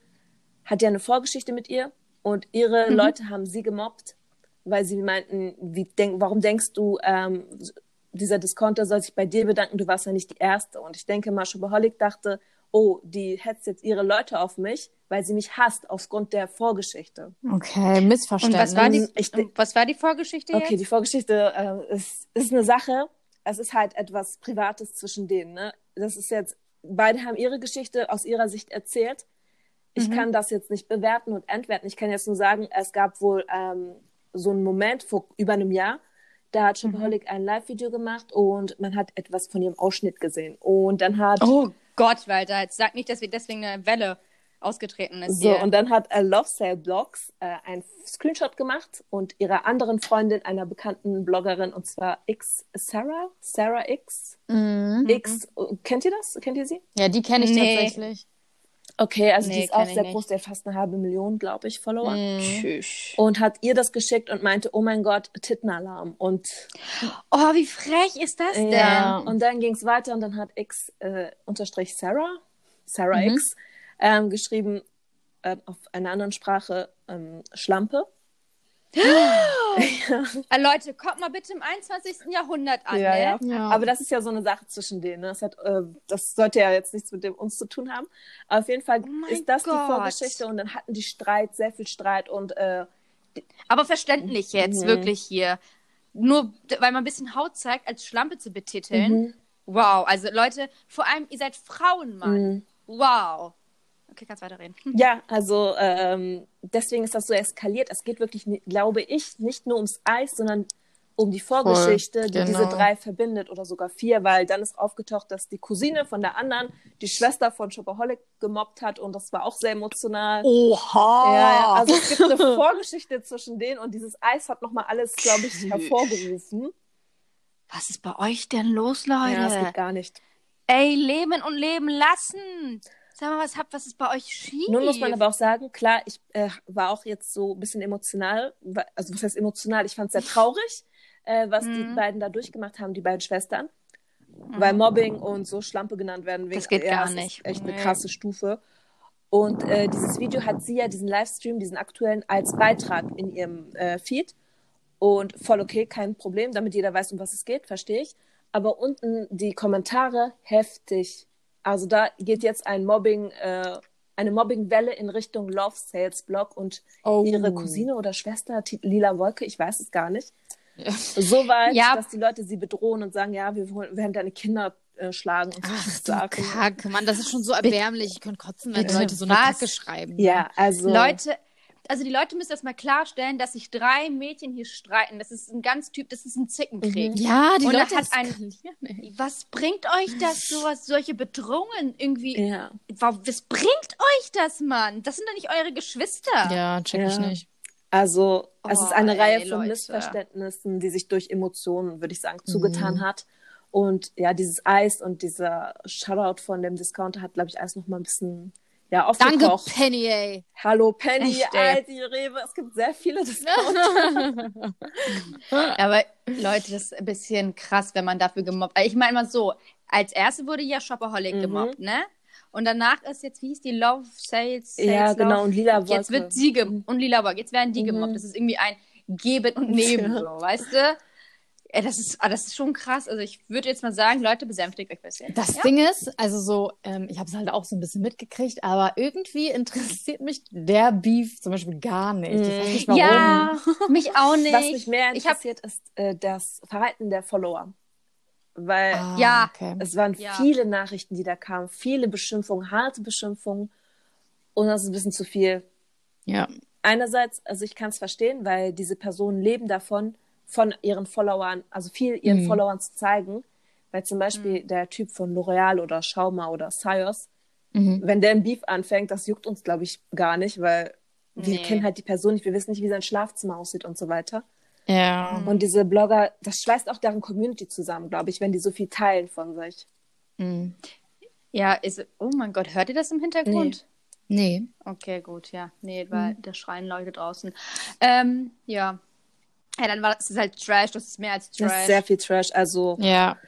Speaker 1: hat ja eine Vorgeschichte mit ihr und ihre Leute haben sie gemobbt, weil sie meinten, wie denk, warum denkst du, ähm, dieser Discounter soll sich bei dir bedanken, du warst ja nicht die Erste. Und ich denke mal, Shopaholic dachte, oh, die hetzt jetzt ihre Leute auf mich, weil sie mich hasst aufgrund der Vorgeschichte.
Speaker 2: Okay,
Speaker 3: und
Speaker 2: Missverständnis.
Speaker 3: was war, die,
Speaker 1: Ich-
Speaker 3: und was war die Vorgeschichte
Speaker 1: Okay,
Speaker 3: jetzt?
Speaker 1: die Vorgeschichte äh, ist, ist eine Sache. Es ist halt etwas Privates zwischen denen. Ne? Das ist jetzt, beide haben ihre Geschichte aus ihrer Sicht erzählt. Ich kann das jetzt nicht bewerten und entwerten. Ich kann jetzt nur sagen, es gab wohl ähm, so einen Moment vor über einem Jahr, da hat Shopaholic ein Live-Video gemacht und man hat etwas von ihrem Ausschnitt gesehen. Und dann hat
Speaker 3: Oh Gott, Walter, jetzt sag nicht, dass wir deswegen eine Welle ausgetreten ist.
Speaker 1: So,
Speaker 3: hier.
Speaker 1: und dann hat äh, Love Sale Blogs äh, einen Screenshot gemacht und ihrer anderen Freundin, einer bekannten Bloggerin, und zwar X Sarah, Sarah X.
Speaker 2: Mhm.
Speaker 1: X, äh, kennt ihr das? Kennt ihr sie?
Speaker 2: Ja, die kenne ich
Speaker 3: Nee.
Speaker 2: tatsächlich.
Speaker 1: Okay, also
Speaker 3: Nee,
Speaker 1: die ist
Speaker 3: kenn
Speaker 1: auch
Speaker 3: ich
Speaker 1: sehr
Speaker 3: nicht.
Speaker 1: groß, der hat fast eine halbe Million, glaube ich, Follower.
Speaker 3: Tschüss.
Speaker 1: Mhm. Und hat ihr das geschickt und meinte, oh mein Gott, Tittenalarm. Und,
Speaker 3: Oh, wie frech ist das denn?
Speaker 1: ja. und dann ging es weiter und dann hat X äh, unterstrich Sarah, Sarah
Speaker 2: Mhm.
Speaker 1: X, ähm, geschrieben ähm, auf einer anderen Sprache ähm, Schlampe. ja.
Speaker 3: Äh, Leute, kommt mal bitte im 21. Jahrhundert an.
Speaker 1: Ja,
Speaker 3: ne?
Speaker 1: ja.
Speaker 2: Ja.
Speaker 1: Aber das ist ja so eine Sache zwischen denen. Ne? Das, hat, äh, das sollte ja jetzt nichts mit dem, uns zu tun haben. Aber auf jeden Fall
Speaker 3: Oh mein
Speaker 1: ist das
Speaker 3: Gott.
Speaker 1: die Vorgeschichte und dann hatten die Streit, sehr viel Streit und äh,
Speaker 3: Aber verständlich jetzt,
Speaker 1: Mhm.
Speaker 3: wirklich hier. Nur d- weil man ein bisschen Haut zeigt, als Schlampe zu betiteln.
Speaker 1: mhm.
Speaker 3: Wow, also Leute, vor allem, ihr seid Frauen, Mann.
Speaker 1: Mhm.
Speaker 3: Wow. Okay, kannst weiterreden. Hm.
Speaker 1: ja, also ähm, deswegen ist das so eskaliert. Es geht wirklich, ni- glaube ich, nicht nur ums Eis, sondern um die Vorgeschichte, die diese
Speaker 4: genau.
Speaker 1: drei verbindet oder sogar vier, weil dann ist aufgetaucht, dass die Cousine von der anderen die Schwester von Shopaholic gemobbt hat und das war auch sehr emotional.
Speaker 2: Oha!
Speaker 1: Ja, ja, also es gibt eine Vorgeschichte zwischen denen und dieses Eis hat nochmal alles, glaube ich, hervorgerufen.
Speaker 3: Was ist bei euch denn los,
Speaker 1: Ja, das
Speaker 3: Leute?
Speaker 1: geht gar nicht.
Speaker 3: Ey, leben und leben lassen. Sag mal, was habt, was ist bei euch schief?
Speaker 1: Nun muss man aber auch sagen, klar, ich äh, war auch jetzt so ein bisschen emotional, wa- also was heißt emotional, ich fand es sehr traurig, äh, was die
Speaker 3: Mhm.
Speaker 1: beiden da durchgemacht haben, die beiden Schwestern, weil Mobbing und so Schlampe genannt werden. Wegen,
Speaker 3: Das geht
Speaker 1: ja,
Speaker 3: gar
Speaker 1: es ist
Speaker 3: nicht.
Speaker 1: Echt eine
Speaker 3: Nee.
Speaker 1: krasse Stufe. Und äh, dieses Video hat sie ja, diesen Livestream, diesen aktuellen, als Beitrag in ihrem äh, Feed. Und voll okay, kein Problem, damit jeder weiß, um was es geht, verstehe ich. Aber unten die Kommentare heftig. Also da geht jetzt ein Mobbing, äh, eine Mobbingwelle in Richtung Love Sales Blog und
Speaker 2: Oh.
Speaker 1: ihre Cousine oder Schwester, Ti- Lila Wolke, ich weiß es gar nicht. So weit,
Speaker 3: Ja.
Speaker 1: dass die Leute sie bedrohen und sagen, ja, wir wollen- werden deine Kinder äh, schlagen und
Speaker 2: Ach du
Speaker 1: sagen.
Speaker 2: Kacke, Mann, das ist schon so erbärmlich. Ich könnte kotzen, wenn
Speaker 3: Bitte
Speaker 2: Leute so eine
Speaker 3: was?
Speaker 2: Kacke schreiben.
Speaker 1: Ja, also
Speaker 3: Leute, also die Leute müssen das mal klarstellen, dass sich drei Mädchen hier streiten. Das ist ein ganz Typ, das ist ein Zickenkrieg.
Speaker 2: Ja, die
Speaker 3: Und
Speaker 2: Leute
Speaker 3: er hat ein-
Speaker 2: eskalieren, ey.
Speaker 3: Was bringt euch das, sowas, solche Bedrohungen irgendwie?
Speaker 1: ja.
Speaker 3: Wa- Was bringt euch das, Mann? Das sind doch nicht eure Geschwister.
Speaker 4: Ja, check ich
Speaker 1: Ja.
Speaker 4: nicht.
Speaker 1: Also, es
Speaker 3: Oh,
Speaker 1: ist eine
Speaker 3: ey,
Speaker 1: Reihe von
Speaker 3: Leute. Mhm.
Speaker 1: Missverständnissen, die sich durch Emotionen, würde ich sagen, zugetan hat. Und ja, dieses Eis und dieser Shoutout von dem Discounter hat, glaube ich, alles noch mal ein bisschen ja,
Speaker 2: Danke,
Speaker 1: aufgekocht.
Speaker 2: Penny, ey.
Speaker 1: Hallo Penny,
Speaker 3: Echt, ey.
Speaker 1: Aldi, Rewe, es gibt sehr viele Discounter.
Speaker 3: Aber Leute, das ist ein bisschen krass, wenn man dafür gemobbt. Ich meine mal so, als erste wurde ja Shopaholic
Speaker 1: Mhm.
Speaker 3: gemobbt, ne? Und danach ist jetzt, wie hieß die Love Sales? Sales
Speaker 1: ja, genau,
Speaker 3: Love.
Speaker 1: und Lila Wolke.
Speaker 3: Jetzt wird sie gemobbt und Lila Wolke, jetzt werden die
Speaker 1: Mhm.
Speaker 3: gemobbt. Das ist irgendwie ein Geben und Nehmen,
Speaker 1: Ja.
Speaker 3: so, weißt du? Ey, das ist, ah, das ist schon krass. Also ich würde jetzt mal sagen, Leute, besänftigt euch ein bisschen.
Speaker 2: Das
Speaker 3: ja?
Speaker 2: Ding ist, also so, ähm, ich habe es halt auch so ein bisschen mitgekriegt, aber irgendwie interessiert mich der Beef zum Beispiel gar nicht. Ich weiß nicht warum.
Speaker 3: Ja, mich auch nicht.
Speaker 1: Was mich mehr
Speaker 3: ich hab,
Speaker 1: interessiert, ist äh, das Verhalten der Follower. Weil
Speaker 2: Ah,
Speaker 3: Ja.
Speaker 2: Okay.
Speaker 1: Es waren
Speaker 3: Ja.
Speaker 1: viele Nachrichten, die da kamen, viele Beschimpfungen, harte Beschimpfungen. Und das ist ein bisschen zu viel.
Speaker 4: Ja.
Speaker 1: Einerseits, also ich kann es verstehen, weil diese Personen leben davon, von ihren Followern, also viel ihren
Speaker 4: Mhm.
Speaker 1: Followern zu zeigen. Weil zum
Speaker 3: Mhm.
Speaker 1: Beispiel der Typ von L'Oreal oder Schauma oder Sios,
Speaker 4: Mhm.
Speaker 1: wenn der im Beef anfängt, das juckt uns, glaube ich, gar nicht, weil wir
Speaker 3: Nee.
Speaker 1: kennen halt die Person nicht, wir wissen nicht, wie sein Schlafzimmer aussieht und so weiter.
Speaker 3: Mhm.
Speaker 4: Ja.
Speaker 1: Und diese Blogger, das schweißt auch deren Community zusammen, glaube ich, wenn die so viel teilen von sich.
Speaker 4: Mhm.
Speaker 3: ja, ist, oh mein Gott, hört ihr das im Hintergrund?
Speaker 4: Nee.
Speaker 3: Okay, gut, ja. Nee, weil
Speaker 1: Mhm.
Speaker 3: da schreien Leute draußen. Ähm, ja. Ja, dann war das ist halt Trash, das ist mehr als
Speaker 1: Das
Speaker 3: Trash.
Speaker 1: ist sehr viel Trash. Also
Speaker 4: Ja.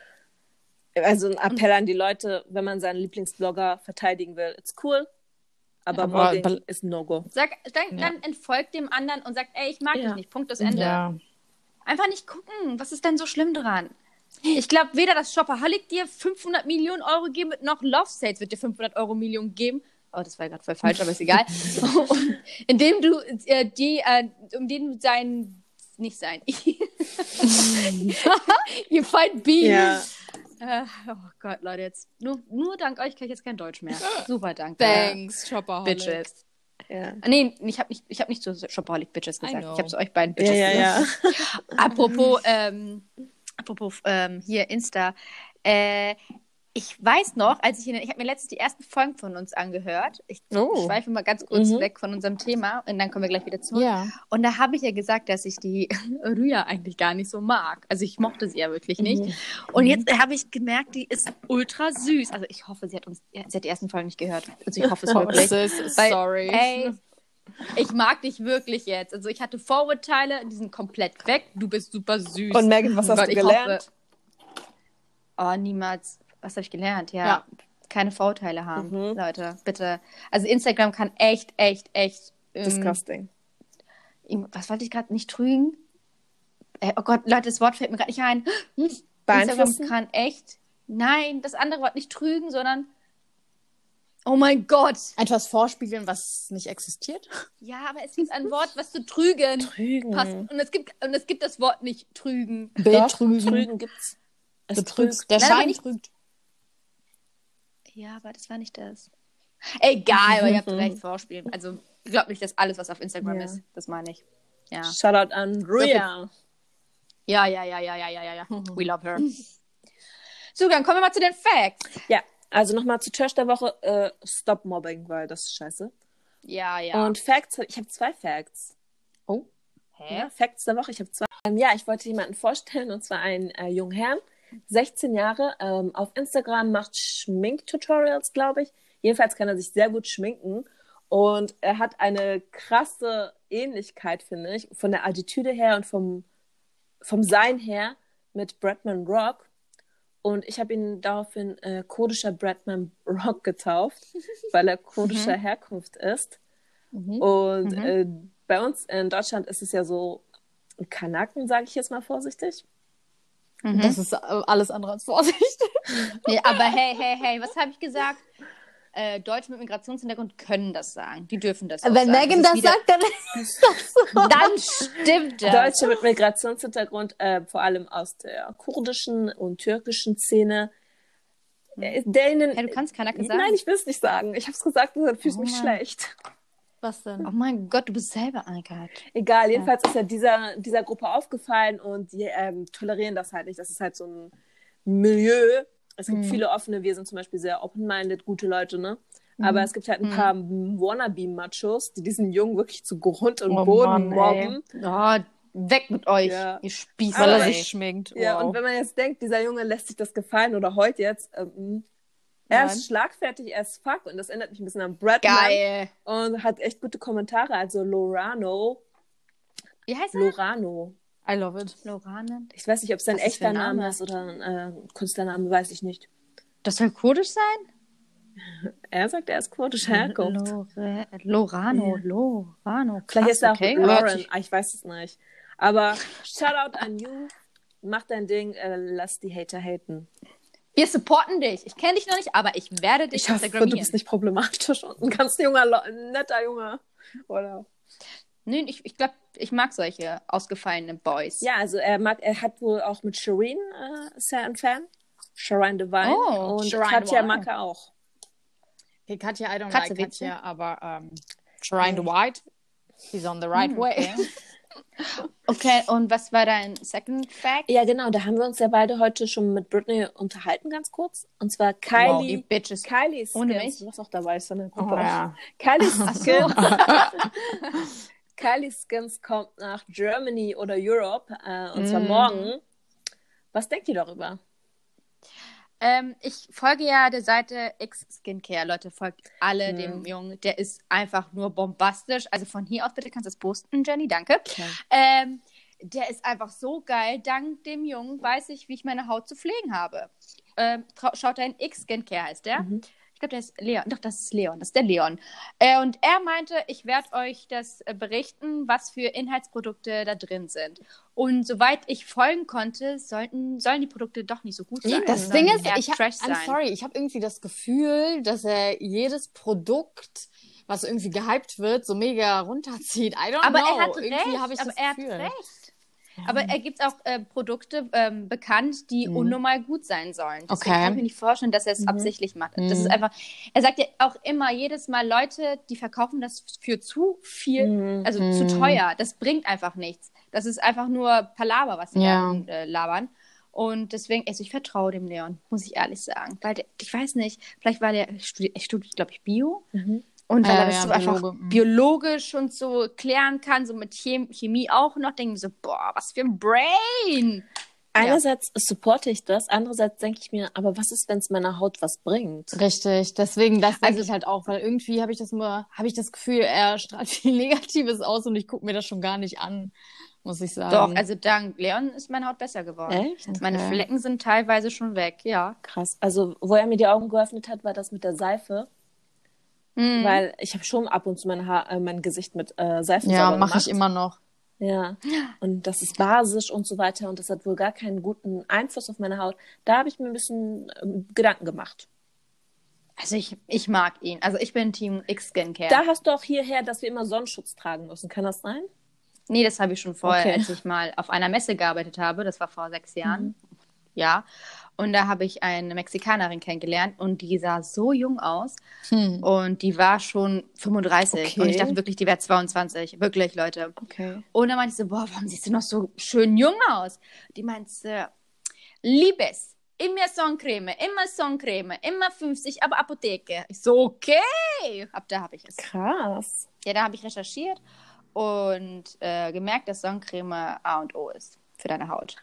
Speaker 1: Also ein Appell an die Leute, wenn man seinen Lieblingsblogger verteidigen will, it's cool, aber,
Speaker 4: Aber-
Speaker 1: Mobbing
Speaker 4: aber-
Speaker 1: ist No-Go.
Speaker 3: Sag, dann,
Speaker 4: Ja.
Speaker 3: dann entfolgt dem anderen und sagt, ey, ich mag
Speaker 1: Ja.
Speaker 3: dich nicht. Punkt, das Ende.
Speaker 4: Ja.
Speaker 3: Einfach nicht gucken. Was ist denn so schlimm dran? Ich glaube, weder das Shopaholic dir 500 Millionen Euro geben wird, noch Love Sales wird dir 500 Euro Millionen geben. Oh, das war gerade voll falsch, aber ist egal. Und indem du äh, die, äh, um den du sein, nicht sein, you fight beef. Äh, oh Gott, Leute, jetzt nur, nur dank euch kann ich jetzt kein Deutsch mehr. Super, danke.
Speaker 4: Thanks, Chopper.
Speaker 3: Bitches.
Speaker 1: ja.
Speaker 3: Ah, nee, ich habe nicht, ich hab nicht zu Shopaholic Bitches
Speaker 4: I
Speaker 3: gesagt. Ich
Speaker 4: know.
Speaker 3: habe zu euch beiden
Speaker 1: Ja,
Speaker 3: Bitches
Speaker 1: ja,
Speaker 3: gesagt.
Speaker 1: ja.
Speaker 3: Apropos, ähm, apropos ähm, hier Insta. Äh, Ich weiß noch, als ich in den, ich habe mir letztens die ersten Folgen von uns angehört. Ich
Speaker 4: Oh.
Speaker 3: schweife mal ganz kurz
Speaker 1: Mhm.
Speaker 3: weg von unserem Thema und dann kommen wir gleich wieder zurück.
Speaker 4: Ja.
Speaker 3: Und da habe ich ja gesagt, dass ich die Rüya eigentlich gar nicht so mag. Also ich mochte sie ja wirklich nicht.
Speaker 4: Mhm.
Speaker 3: Und jetzt habe ich gemerkt, die ist ultra süß. Also ich hoffe, sie hat uns, sie hat die ersten Folgen nicht gehört. Also ich hoffe es wirklich.
Speaker 4: Sis,
Speaker 3: Weil-
Speaker 4: sorry.
Speaker 3: Ey, ich mag dich wirklich jetzt. Also ich hatte Vorurteile, die sind komplett weg. Du bist super süß.
Speaker 1: Und Megan, was hast
Speaker 3: Gott,
Speaker 1: du
Speaker 3: ich
Speaker 1: gelernt?
Speaker 3: Hoffe, oh, niemals. Was habe ich gelernt? Ja.
Speaker 2: Ja.
Speaker 3: Keine Vorurteile haben,
Speaker 1: Mhm.
Speaker 3: Leute. Bitte. Also Instagram kann echt, echt, echt. ähm,
Speaker 1: Disgusting.
Speaker 3: ihm- was wollte ich gerade nicht trügen? Äh, oh Gott, Leute, das Wort fällt mir gerade nicht ein. Hm? Instagram
Speaker 1: Beeinflussen?
Speaker 3: kann echt. Nein, das andere Wort nicht trügen, sondern. Oh mein Gott.
Speaker 2: Etwas vorspiegeln, was nicht existiert.
Speaker 3: Ja, aber es gibt ein Wort, was zu trügen.
Speaker 1: Trügen.
Speaker 3: passt. Und es gibt und es gibt das Wort nicht trügen.
Speaker 1: Betrügen. Trügen gibt's. Es
Speaker 2: Betrügst. Der
Speaker 3: Nein, aber
Speaker 2: Schein
Speaker 3: nicht-
Speaker 2: trügt.
Speaker 3: Ja, aber das war nicht das. Mhm. Egal, aber ihr habt recht, Vorspielen. Also ich glaube nicht, dass alles, was auf Instagram
Speaker 1: Ja.
Speaker 3: ist, das meine ich. Ja.
Speaker 1: Shoutout an Rhea.
Speaker 3: ja, ja, ja, ja, ja, ja, ja, ja. We love her. Mhm. So, dann kommen wir mal zu den Facts.
Speaker 1: Ja, also nochmal zu Trash der Woche. Äh, Stop Mobbing, weil das ist scheiße.
Speaker 3: Ja, ja.
Speaker 1: Und Facts, ich habe zwei Facts.
Speaker 2: Oh.
Speaker 3: Hä?
Speaker 1: Ja, Facts der Woche, ich habe zwei. Ähm, ja, ich wollte jemanden vorstellen, und zwar einen äh, jungen Herrn, 16 Jahre, ähm, auf Instagram macht Schminktutorials, glaube ich. Jedenfalls kann er sich sehr gut schminken. Und er hat eine krasse Ähnlichkeit, finde ich, von der Attitüde her und vom, vom Sein her mit Bradman Rock. Und ich habe ihn daraufhin äh, kurdischer Bradman Rock getauft, weil er kurdischer Herkunft ist. Und
Speaker 3: Mhm.
Speaker 1: äh, bei uns in Deutschland ist es ja so, Kanaken, sage ich jetzt mal vorsichtig.
Speaker 3: Mhm.
Speaker 2: Das ist äh, alles andere als Vorsicht.
Speaker 3: Nee, aber hey, hey, hey, was habe ich gesagt? Äh, Deutsche mit Migrationshintergrund können das sagen. Die dürfen das. auch
Speaker 2: Wenn
Speaker 3: sagen.
Speaker 2: Megan
Speaker 3: ist
Speaker 2: das
Speaker 3: wieder-
Speaker 2: sagt, dann ist das so.
Speaker 3: dann stimmt das.
Speaker 1: Deutsche mit Migrationshintergrund, äh, vor allem aus der kurdischen und türkischen Szene. Äh, Dänen. äh,
Speaker 3: Hey, Mhm. du kannst Kanake sagen.
Speaker 1: Nein, ich will es nicht sagen. Ich habe es gesagt und dann fühle ich
Speaker 3: Oh
Speaker 1: mich
Speaker 3: Mann.
Speaker 1: schlecht.
Speaker 2: Was denn?
Speaker 3: Oh mein Gott, du bist selber angehört.
Speaker 1: Egal, jedenfalls ist er dieser, dieser Gruppe aufgefallen und die ähm, tolerieren das halt nicht. Das ist halt so ein Milieu. Es
Speaker 4: Mhm.
Speaker 1: gibt viele offene, wir sind zum Beispiel sehr open-minded, gute Leute, ne? Aber
Speaker 4: Mhm.
Speaker 1: es gibt halt ein paar Wannabe-Machos, die diesen Jungen wirklich zu Grund und
Speaker 4: Oh
Speaker 1: Boden
Speaker 4: Mann, ey.
Speaker 1: mobben.
Speaker 3: Oh, weg mit euch,
Speaker 1: Ja.
Speaker 3: ihr Spießer.
Speaker 4: Weil er
Speaker 1: Aber-
Speaker 4: sich schminkt. Wow.
Speaker 1: Ja, und wenn man jetzt denkt, dieser Junge lässt sich das gefallen oder heute jetzt, ähm, er
Speaker 2: Nein.
Speaker 1: ist schlagfertig as fuck und das erinnert mich ein bisschen an Brad
Speaker 3: Geil.
Speaker 1: und hat echt gute Kommentare. Also Lorano,
Speaker 3: Wie heißt er?
Speaker 1: Lorano.
Speaker 2: I love it.
Speaker 3: Lorane.
Speaker 1: Ich weiß nicht, ob es sein
Speaker 3: Was ist für
Speaker 1: echter
Speaker 3: ein
Speaker 1: Name,
Speaker 3: Name?
Speaker 1: ist oder ein äh, Künstlername, weiß ich nicht.
Speaker 3: Das soll kurdisch sein?
Speaker 1: Er sagt, er ist kurdischer Herkunft.
Speaker 3: Lore, Lorano, Lorano.
Speaker 1: Vielleicht
Speaker 3: Krass,
Speaker 1: ist er auch
Speaker 3: okay.
Speaker 1: Lauren, ah, ich weiß es nicht. Aber Shoutout an you. Mach dein Ding, äh, lass die Hater haten.
Speaker 3: Wir supporten dich. Ich kenne dich noch nicht, aber ich werde dich
Speaker 1: Ich hoffe, du bist nicht problematisch und ein ganz junger, Lo- ein netter Junge. Oder
Speaker 3: Nö, ich, ich glaube, ich mag solche ausgefallenen Boys.
Speaker 1: Ja, also er mag, er hat wohl auch mit Shireen äh, ist er ein Fan. Shireen Devine
Speaker 3: Oh,
Speaker 1: und
Speaker 3: Shireen
Speaker 1: Katja
Speaker 3: Devine.
Speaker 1: mag er auch.
Speaker 2: Okay, Katja, I don't
Speaker 3: Katze
Speaker 2: like
Speaker 3: Witzke.
Speaker 2: Katja, aber ähm, Shrine the White, he's on the right way.
Speaker 3: Okay, und was war dein Second Fact?
Speaker 1: Ja, genau. Da haben wir uns ja beide heute schon mit Britney unterhalten, ganz kurz. Und zwar
Speaker 3: Wow,
Speaker 1: Kylie.
Speaker 3: ihr Bitches.
Speaker 1: Kylie Skins.
Speaker 3: Ohne mich?
Speaker 1: Du warst auch dabei, ist eine Gruppe.
Speaker 2: Oh, ja.
Speaker 1: Kylie Skins. Kylie Skins kommt nach Germany oder Europe äh, und zwar morgen. Was denkt ihr darüber?
Speaker 3: Ähm, ich folge ja der Seite X Skincare. Leute, folgt alle dem Jungen. Der ist einfach nur bombastisch. Also von hier aus bitte kannst du es posten, Jenny. Danke. Ähm, der ist einfach so geil. Dank dem Jungen weiß ich, wie ich meine Haut zu pflegen habe. Ähm, trau- schaut da in X Skincare heißt der.
Speaker 2: Mhm.
Speaker 3: Ich glaube, der ist Leon. Doch, das ist Leon. Das ist der Leon. Äh, und er meinte, ich werde euch das äh, berichten, was für Inhaltsprodukte da drin sind. Und soweit ich folgen konnte, sollten, sollen die Produkte doch nicht so gut sein.
Speaker 2: Das Ding
Speaker 3: Sollen
Speaker 2: ist,
Speaker 3: Also eher
Speaker 2: ich hab,
Speaker 3: trash
Speaker 2: I'm
Speaker 3: sein.
Speaker 2: sorry, ich habe irgendwie das Gefühl, dass er jedes Produkt, was irgendwie gehypt wird, so mega runterzieht. I don't
Speaker 3: Aber
Speaker 2: know.
Speaker 3: er hat
Speaker 2: Oh, irgendwie habe ich
Speaker 3: recht. Aber
Speaker 2: das
Speaker 3: er hat
Speaker 2: Gefühl.
Speaker 3: recht. Aber er gibt auch äh, Produkte ähm, bekannt, die unnormal gut sein sollen. Deswegen
Speaker 2: Mhm. Okay. Mhm.
Speaker 3: kann ich mir nicht vorstellen, dass er es absichtlich macht. Das ist einfach, er sagt ja auch immer jedes Mal, Leute, die verkaufen das für zu viel,
Speaker 1: Mhm.
Speaker 3: also
Speaker 2: Mhm.
Speaker 3: zu teuer. Das bringt einfach nichts. Das ist einfach nur Palaver, was sie
Speaker 4: Ja.
Speaker 3: da, äh, labern. Und deswegen, also ich vertraue dem Leon, muss ich ehrlich sagen. Weil der, ich weiß nicht, vielleicht war der, ich studiere, studi glaube ich, Bio. Und weil
Speaker 5: Ja,
Speaker 3: er das
Speaker 5: ja,
Speaker 3: so einfach
Speaker 5: Biologe, mhm.
Speaker 3: biologisch und so klären kann, so mit Chem Chemie auch noch, denke ich so, boah, was für ein
Speaker 5: Ähm.
Speaker 3: Brain!
Speaker 1: Einerseits supporte ich das, andererseits denke ich mir, aber was ist, wenn es meiner Haut was bringt?
Speaker 4: Richtig, deswegen das
Speaker 3: Also
Speaker 4: denke ich halt auch, weil irgendwie habe ich das immer, habe ich das Gefühl, er strahlt viel Negatives aus und ich gucke mir das schon gar nicht an, muss ich
Speaker 3: Doch,
Speaker 4: sagen.
Speaker 3: also dank Leon ist meine Haut besser geworden.
Speaker 1: Echt?
Speaker 3: Meine
Speaker 5: Okay.
Speaker 3: Flecken sind teilweise schon weg, ja.
Speaker 1: Krass. Also, wo er mir die Augen geöffnet hat, war das mit der Seife.
Speaker 3: Mhm.
Speaker 1: Weil ich habe schon ab und zu mein, Haar, äh, mein Gesicht mit äh, Seife
Speaker 4: ja,
Speaker 1: sauber
Speaker 4: mache ich
Speaker 1: gemacht.
Speaker 4: immer noch.
Speaker 1: Ja, und das ist basisch und so weiter und das hat wohl gar keinen guten Einfluss auf meine Haut. Da habe ich mir ein bisschen ähm, Gedanken gemacht.
Speaker 3: Also ich, ich mag ihn. Also ich bin Team X-Skincare.
Speaker 1: Da hast du auch hierher, dass wir immer Sonnenschutz tragen müssen. Kann das sein?
Speaker 3: Nee, das habe ich schon vorher,
Speaker 1: Okay.
Speaker 3: als ich mal auf einer Messe gearbeitet habe. Das war vor sechs Jahren.
Speaker 1: Mhm.
Speaker 3: Ja. Und da habe ich eine Mexikanerin kennengelernt und die sah so jung aus.
Speaker 5: Hm.
Speaker 3: Und die war schon 35. Und ich
Speaker 1: Okay.
Speaker 3: dachte wirklich, die wäre 22. Wirklich, Leute.
Speaker 1: Okay.
Speaker 3: Und dann meinte ich so, boah, warum siehst du noch so schön jung aus? Die meinte, Liebes, immer Sonnencreme, immer Sonnencreme, immer 50, aber Apotheke. Ich so, okay. Ab da habe ich es.
Speaker 1: Krass.
Speaker 3: Ja, da habe ich recherchiert und äh, gemerkt, dass Sonnencreme A und O ist für deine Haut.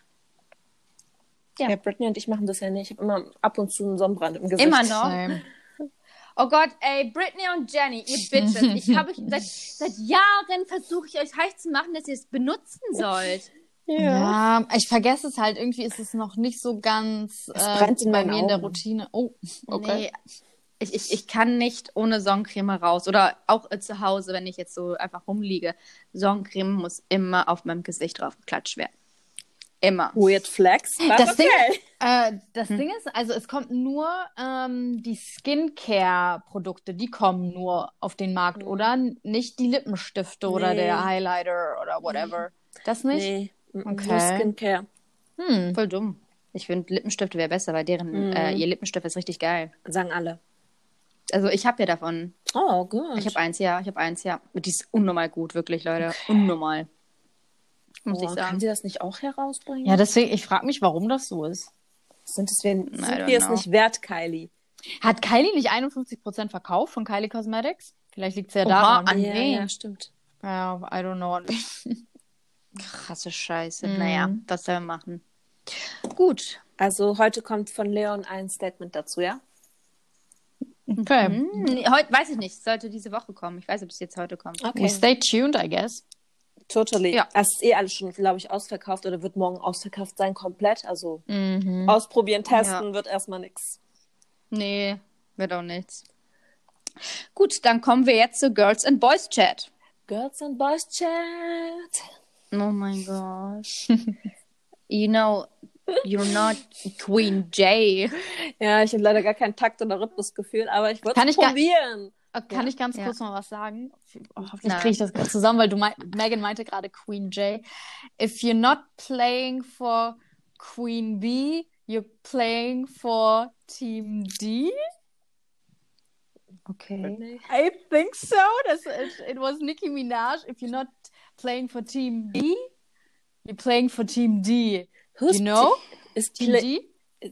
Speaker 3: Ja.
Speaker 1: Ja. Britney und ich machen das ja nicht. Ich habe immer ab und zu einen Sonnenbrand im Gesicht.
Speaker 3: Immer noch.
Speaker 5: Same.
Speaker 3: Oh Gott, ey, Britney und Jenny, ihr Bitches. Ich habe euch seit, seit Jahren versuche ich euch heiß zu machen, dass ihr es benutzen sollt.
Speaker 1: Ja.
Speaker 4: Ja. ich vergesse es halt, irgendwie ist es noch nicht so ganz äh,
Speaker 1: Es brennt in
Speaker 4: bei
Speaker 1: meinen
Speaker 4: mir in der
Speaker 1: Augen.
Speaker 4: Routine. Oh, okay.
Speaker 3: Nee, ich, ich, ich kann nicht ohne Sonnencreme raus. Oder auch äh, zu Hause, wenn ich jetzt so einfach rumliege. Sonnencreme muss immer auf meinem Gesicht draufgeklatscht werden. Immer.
Speaker 1: Weird Flex. aber
Speaker 4: Das
Speaker 1: okay. Hm.
Speaker 4: Ding, äh, das Ding ist, also es kommt nur ähm, die Skincare-Produkte, die kommen nur auf den Markt, oder? Nicht die Lippenstifte oder
Speaker 1: Hm. Nee.
Speaker 4: der Highlighter oder whatever. Das nicht?
Speaker 1: Nee. Okay. Nur
Speaker 4: Okay.
Speaker 1: Skincare.
Speaker 4: Hm.
Speaker 3: Voll dumm. Ich finde, Lippenstifte wäre besser, weil deren,
Speaker 1: Mhm.
Speaker 3: äh, ihr Lippenstift ist richtig geil.
Speaker 1: Sagen alle.
Speaker 3: Also ich habe ja davon.
Speaker 1: Oh, gut.
Speaker 3: Ich habe eins, ja. Ich habe eins, ja. Und Die ist unnormal gut, wirklich, Leute. Unnormal. Muss
Speaker 1: oh,
Speaker 3: ich
Speaker 1: Kann
Speaker 3: sagen.
Speaker 1: sie das nicht auch herausbringen?
Speaker 4: Ja, deswegen, ich frage mich, warum das so ist.
Speaker 1: Sind, es wir,
Speaker 3: I
Speaker 1: sind
Speaker 3: don't
Speaker 1: wir es
Speaker 3: know.
Speaker 1: nicht wert, Kylie?
Speaker 4: Hat Kylie nicht 51% verkauft von Kylie Cosmetics? Vielleicht liegt es ja
Speaker 3: Oha,
Speaker 4: daran.
Speaker 3: an-
Speaker 1: ja,
Speaker 3: wen?
Speaker 1: ja, stimmt.
Speaker 4: Ja, I don't know.
Speaker 3: Krasse Scheiße.
Speaker 4: Mhm.
Speaker 3: Naja, was soll man machen? Gut.
Speaker 1: Also heute kommt von Leon ein Statement dazu, ja?
Speaker 4: Okay.
Speaker 3: Hm, nee, heute weiß ich nicht. Es Sollte diese Woche kommen. Ich weiß, nicht, ob es jetzt heute kommt.
Speaker 4: We stay tuned, I guess.
Speaker 1: Totally.
Speaker 3: Ja.
Speaker 1: Das ist eh alles schon, glaube ich, ausverkauft oder wird morgen ausverkauft sein, komplett. Also
Speaker 4: Mhm.
Speaker 1: ausprobieren, testen wird erstmal nichts.
Speaker 3: Nee, wird auch nichts. Gut, dann kommen wir jetzt zu Girls and Boys Chat.
Speaker 1: Girls and Boys Chat.
Speaker 3: Oh mein Gott. you know, you're not Queen J.
Speaker 1: Ja, ich habe leider gar keinen Takt oder Rhythmusgefühl, aber ich würde
Speaker 4: Kann
Speaker 1: es
Speaker 4: ich gar-
Speaker 1: probieren.
Speaker 4: Kann ich ganz
Speaker 3: Ja.
Speaker 4: kurz mal was sagen? Oh, hoffentlich
Speaker 3: Nein.
Speaker 4: kriege ich das gerade zusammen, weil du mei Megan meinte gerade Queen J. If you're not playing for Queen B, you're playing for Team D.
Speaker 3: Okay.
Speaker 4: I think so. Das, it, it was Nicki Minaj. If you're not playing for Team B, you're playing for Team D.
Speaker 1: Who's
Speaker 4: you know?
Speaker 1: Ist
Speaker 4: Team
Speaker 1: Play-
Speaker 4: D?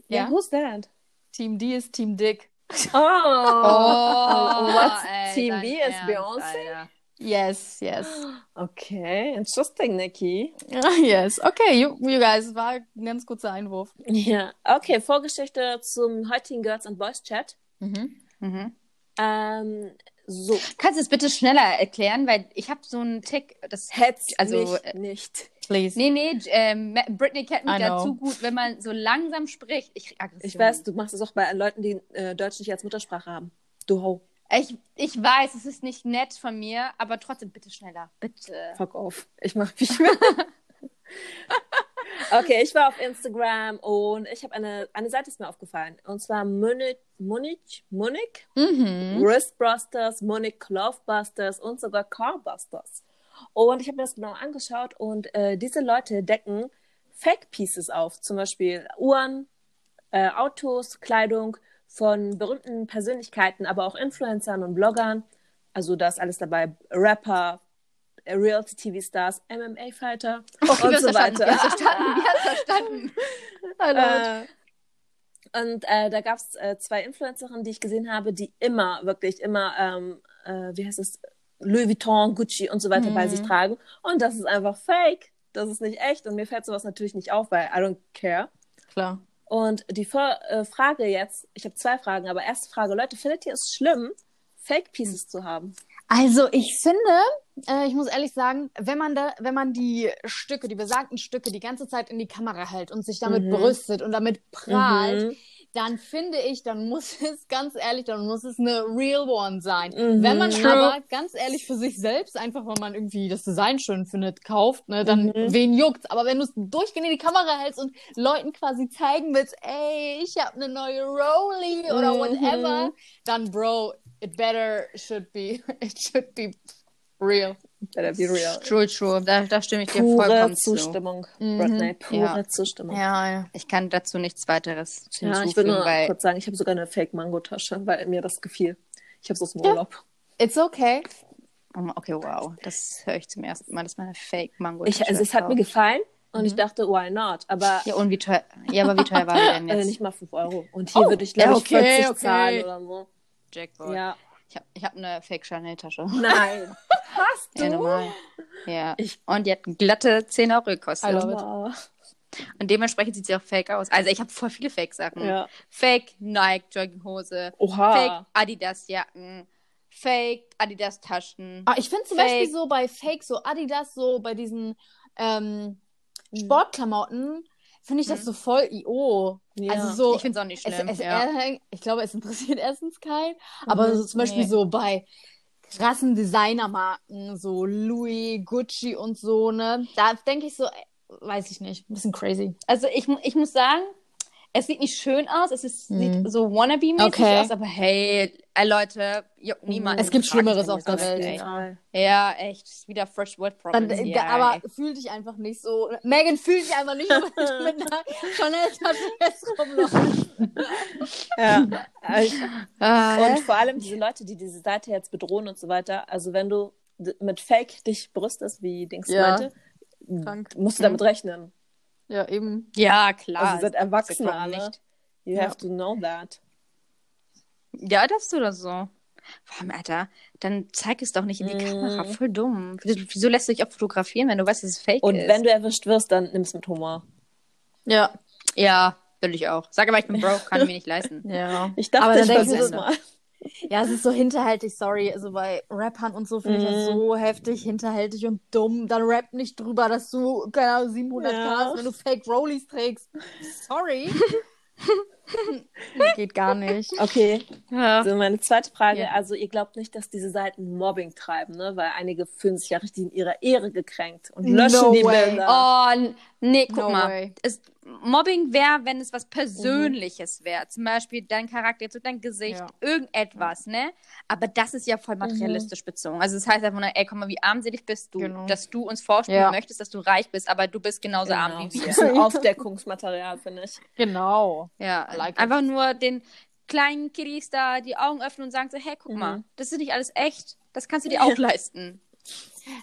Speaker 1: Ja,
Speaker 4: Ja.
Speaker 1: who's that?
Speaker 4: Team D ist Team Dick.
Speaker 1: Oh.
Speaker 3: was?
Speaker 1: ey, Team B ist Beyoncé?
Speaker 4: Yes, yes. Oh.
Speaker 1: Okay, interesting, Nikki.
Speaker 4: yes. Okay, you, you guys, war ein ganz kurzer Einwurf.
Speaker 1: Ja, okay, Vorgeschichte zum heutigen Girls and Boys Chat.
Speaker 4: Mhm.
Speaker 3: Mhm.
Speaker 1: Ähm, so,
Speaker 3: Kannst du es bitte schneller erklären, weil ich habe so einen Tick, das
Speaker 1: hetzt
Speaker 3: Also,
Speaker 1: also,
Speaker 3: äh,
Speaker 1: mich nicht.
Speaker 4: Please.
Speaker 3: Nee, nee, J- ähm, Ma- Britney kennt mich
Speaker 4: I
Speaker 3: da
Speaker 4: know.
Speaker 3: zu gut, wenn man so langsam spricht. Ich krieg Aggression.
Speaker 1: Ich weiß, du machst es auch bei Leuten, die äh, Deutsch nicht als Muttersprache haben. Du ho,
Speaker 3: Ich, ich weiß, es ist nicht nett von mir, aber trotzdem bitte schneller, bitte.
Speaker 1: fuck off. Ich mach mich mehr. okay, ich war auf Instagram und ich habe eine, eine Seite ist mir aufgefallen. Und zwar Munich, Munich, Munich,
Speaker 4: Mhm.
Speaker 1: Wristbusters, Munich Clovebusters und sogar Carbusters. Und ich habe mir das genau angeschaut und äh, diese Leute decken Fake Pieces auf, zum Beispiel Uhren, äh, Autos, Kleidung von berühmten Persönlichkeiten, aber auch Influencern und Bloggern. Also da ist alles dabei, Rapper, äh, Reality-TV-Stars, MMA-Fighter und
Speaker 3: Wir haben
Speaker 1: so
Speaker 3: Oh, verstanden,
Speaker 1: weiter.
Speaker 3: wir haben verstanden, wir haben verstanden.
Speaker 4: Oh, Leute.
Speaker 1: Äh, und äh, da gab es äh, zwei Influencerinnen, die ich gesehen habe, die immer, wirklich immer, ähm, äh, wie heißt es, Louis Vuitton, Gucci und so weiter bei
Speaker 3: Mhm.
Speaker 1: sich tragen. Und das ist einfach fake. Das ist nicht echt. Und mir fällt sowas natürlich nicht auf, weil I don't care.
Speaker 6: Klar.
Speaker 1: Und die Vor äh, Frage jetzt, ich habe zwei Fragen, aber erste Frage, Leute, findet ihr es schlimm, Fake Pieces zu haben?
Speaker 4: Also ich finde, äh, ich muss ehrlich sagen, wenn man da, wenn man die Stücke, die besagten Stücke, die ganze Zeit in die Kamera hält und sich damit
Speaker 1: Mhm.
Speaker 4: brüstet und damit
Speaker 3: Halt.
Speaker 4: prahlt,
Speaker 1: Mhm.
Speaker 4: dann finde ich, dann muss es ganz ehrlich, dann muss es eine real one sein.
Speaker 1: Mhm.
Speaker 4: Wenn man
Speaker 1: True.
Speaker 4: aber ganz ehrlich für sich selbst einfach, weil man irgendwie das Design schön findet, kauft, ne, dann wen juckt's? Aber wenn du es durchgehend in die Kamera hältst und Leuten quasi zeigen willst, ey, ich habe eine neue Rolli oder whatever, dann Bro, it better should be, it should be real.
Speaker 1: Better be real.
Speaker 3: True, true. Da, da stimme ich dir
Speaker 1: Pure
Speaker 3: vollkommen zu. Mhm.
Speaker 1: Zustimmung, Rodney, pure
Speaker 3: Ja.
Speaker 1: Zustimmung.
Speaker 4: Ja, ja.
Speaker 3: Ich kann dazu nichts weiteres
Speaker 1: Ja,
Speaker 3: hinzufügen,
Speaker 1: ich will nur
Speaker 3: weil
Speaker 1: kurz sagen, ich habe sogar eine Fake-Mango-Tasche, weil mir das gefiel. Ich habe es aus dem Urlaub.
Speaker 4: It's okay.
Speaker 3: Oh, Okay, wow. Das höre ich zum ersten Mal, dass man eine Fake-Mango
Speaker 1: Ich, Mhm. also es hat mir gefallen und ich dachte, why not? Aber
Speaker 3: Ja, und wie teuer. Ja, aber wie teuer war die denn
Speaker 1: äh,
Speaker 3: jetzt?
Speaker 1: nicht mal 5 Euro. Und hier würde ich, glaube
Speaker 4: ja,
Speaker 1: ich,
Speaker 4: okay,
Speaker 1: 40
Speaker 4: okay.
Speaker 1: zahlen oder so.
Speaker 3: Jackpot.
Speaker 1: Ja.
Speaker 3: Ich habe ich hab eine Fake-Chanel-Tasche.
Speaker 1: Nein. Hast
Speaker 3: Ja, normal. Ja.
Speaker 1: Ich-
Speaker 3: Und die hat glatte 10 Euro gekostet.
Speaker 4: I love it.
Speaker 1: Wow.
Speaker 3: Und dementsprechend sieht sie auch fake aus. Also ich habe voll viele Fake-Sachen.
Speaker 1: Ja.
Speaker 3: Fake Nike Jogginghose,
Speaker 1: Hm. Oha.
Speaker 3: Fake Adidas Jacken, Fake Adidas Taschen.
Speaker 4: Ah, ich finde zum
Speaker 3: Fake.
Speaker 4: Beispiel so bei Fake, so Adidas, so bei diesen ähm, Sportklamotten, finde ich das so voll IO.
Speaker 1: Ja.
Speaker 4: Also so,
Speaker 3: ich finde es auch nicht
Speaker 4: es,
Speaker 3: schlimm.
Speaker 4: es,
Speaker 3: ja.
Speaker 4: äh, ich glaube, es interessiert erstens keinen, aber so, zum Beispiel so bei krassen Designermarken, so Louis, Gucci und so, ne, da denke ich so, äh, weiß ich nicht, ein bisschen crazy.
Speaker 3: Also ich, mu- ich muss sagen, es sieht nicht schön aus, es ist, sieht so wannabe-mäßig
Speaker 4: Okay.
Speaker 3: aus, aber hey, äh, Leute, juckt niemand.
Speaker 4: Es gibt Schlimmeres auf der Welt.
Speaker 3: Ey. Ja, echt, ist wieder First World
Speaker 4: Dann,
Speaker 3: Problems.
Speaker 4: äh,
Speaker 3: hier,
Speaker 4: aber
Speaker 3: ey.
Speaker 4: fühl dich einfach nicht so. Megan fühlt sich einfach nicht mit, mit einer Chanel-Tasche jetzt rumläuft.
Speaker 1: Ja. Also,
Speaker 3: Ah,
Speaker 1: Und vor allem diese Leute, die diese Seite jetzt bedrohen und so weiter. Also wenn du d- mit Fake dich brüstest, wie Dings
Speaker 4: Ja.
Speaker 1: meinte,
Speaker 4: Krank.
Speaker 1: musst du damit rechnen.
Speaker 4: Ja, eben.
Speaker 3: ja, klar.
Speaker 1: also sind Erwachsene
Speaker 3: kommen
Speaker 1: alle.
Speaker 3: nicht.
Speaker 1: You
Speaker 4: Ja.
Speaker 1: have to know that.
Speaker 3: ja, darfst du das so. Vor allem, Alter, dann zeig es doch nicht in die
Speaker 1: Mm.
Speaker 3: Kamera. Voll dumm. Wieso wieso lässt du dich auch fotografieren, wenn du weißt, dass es fake
Speaker 1: Und
Speaker 3: ist?
Speaker 1: wenn du erwischt wirst, dann nimmst du mit Humor.
Speaker 4: Ja,
Speaker 3: ja, will ich auch. Sag aber, ich bin broke, kann mir nicht leisten.
Speaker 4: ja.
Speaker 1: Ich dachte,
Speaker 4: Aber dann
Speaker 1: ich
Speaker 4: denkst du
Speaker 1: versuch's
Speaker 4: so-
Speaker 1: mal.
Speaker 4: Ja, es ist so hinterhältig, sorry. Also bei Rappern und so finde ich das
Speaker 1: Mhm.
Speaker 4: so heftig, hinterhältig und dumm. Dann rap nicht drüber, dass du, keine Ahnung, 700
Speaker 1: Ja.
Speaker 4: K hast, wenn du Fake Rollies trägst. Sorry. Geht gar nicht.
Speaker 1: Okay,
Speaker 3: Ja.
Speaker 1: also meine zweite Frage.
Speaker 3: Ja.
Speaker 1: Also ihr glaubt nicht, dass diese Seiten Mobbing treiben, ne? Weil einige fühlen sich ja richtig in ihrer Ehre gekränkt und löschen
Speaker 4: No
Speaker 1: die
Speaker 4: way.
Speaker 1: Bilder.
Speaker 3: Oh, n- nee, guck
Speaker 4: No
Speaker 3: mal.
Speaker 4: way.
Speaker 3: Es, Mobbing wäre, wenn
Speaker 4: Mhm.
Speaker 3: es was Persönliches wäre. Zum Beispiel dein Charakterzug, dein Gesicht,
Speaker 4: Ja. Mhm.
Speaker 3: irgendetwas, ne? Aber das ist ja voll materialistisch bezogen. Also, das heißt einfach nur, ey, guck mal, wie armselig bist du,
Speaker 4: Genau.
Speaker 3: dass du uns vorstellen
Speaker 4: Ja.
Speaker 3: möchtest, dass du reich bist, aber du bist genauso arm wie
Speaker 1: Genau. Das
Speaker 3: wir.
Speaker 1: ist ein Aufdeckungsmaterial, finde ich.
Speaker 4: Genau.
Speaker 3: Ja,
Speaker 4: I like it.
Speaker 3: einfach nur den kleinen Kiddies da die Augen öffnen und sagen so, hey, guck
Speaker 1: Mhm.
Speaker 3: mal, das ist nicht alles echt, das kannst du dir auch leisten.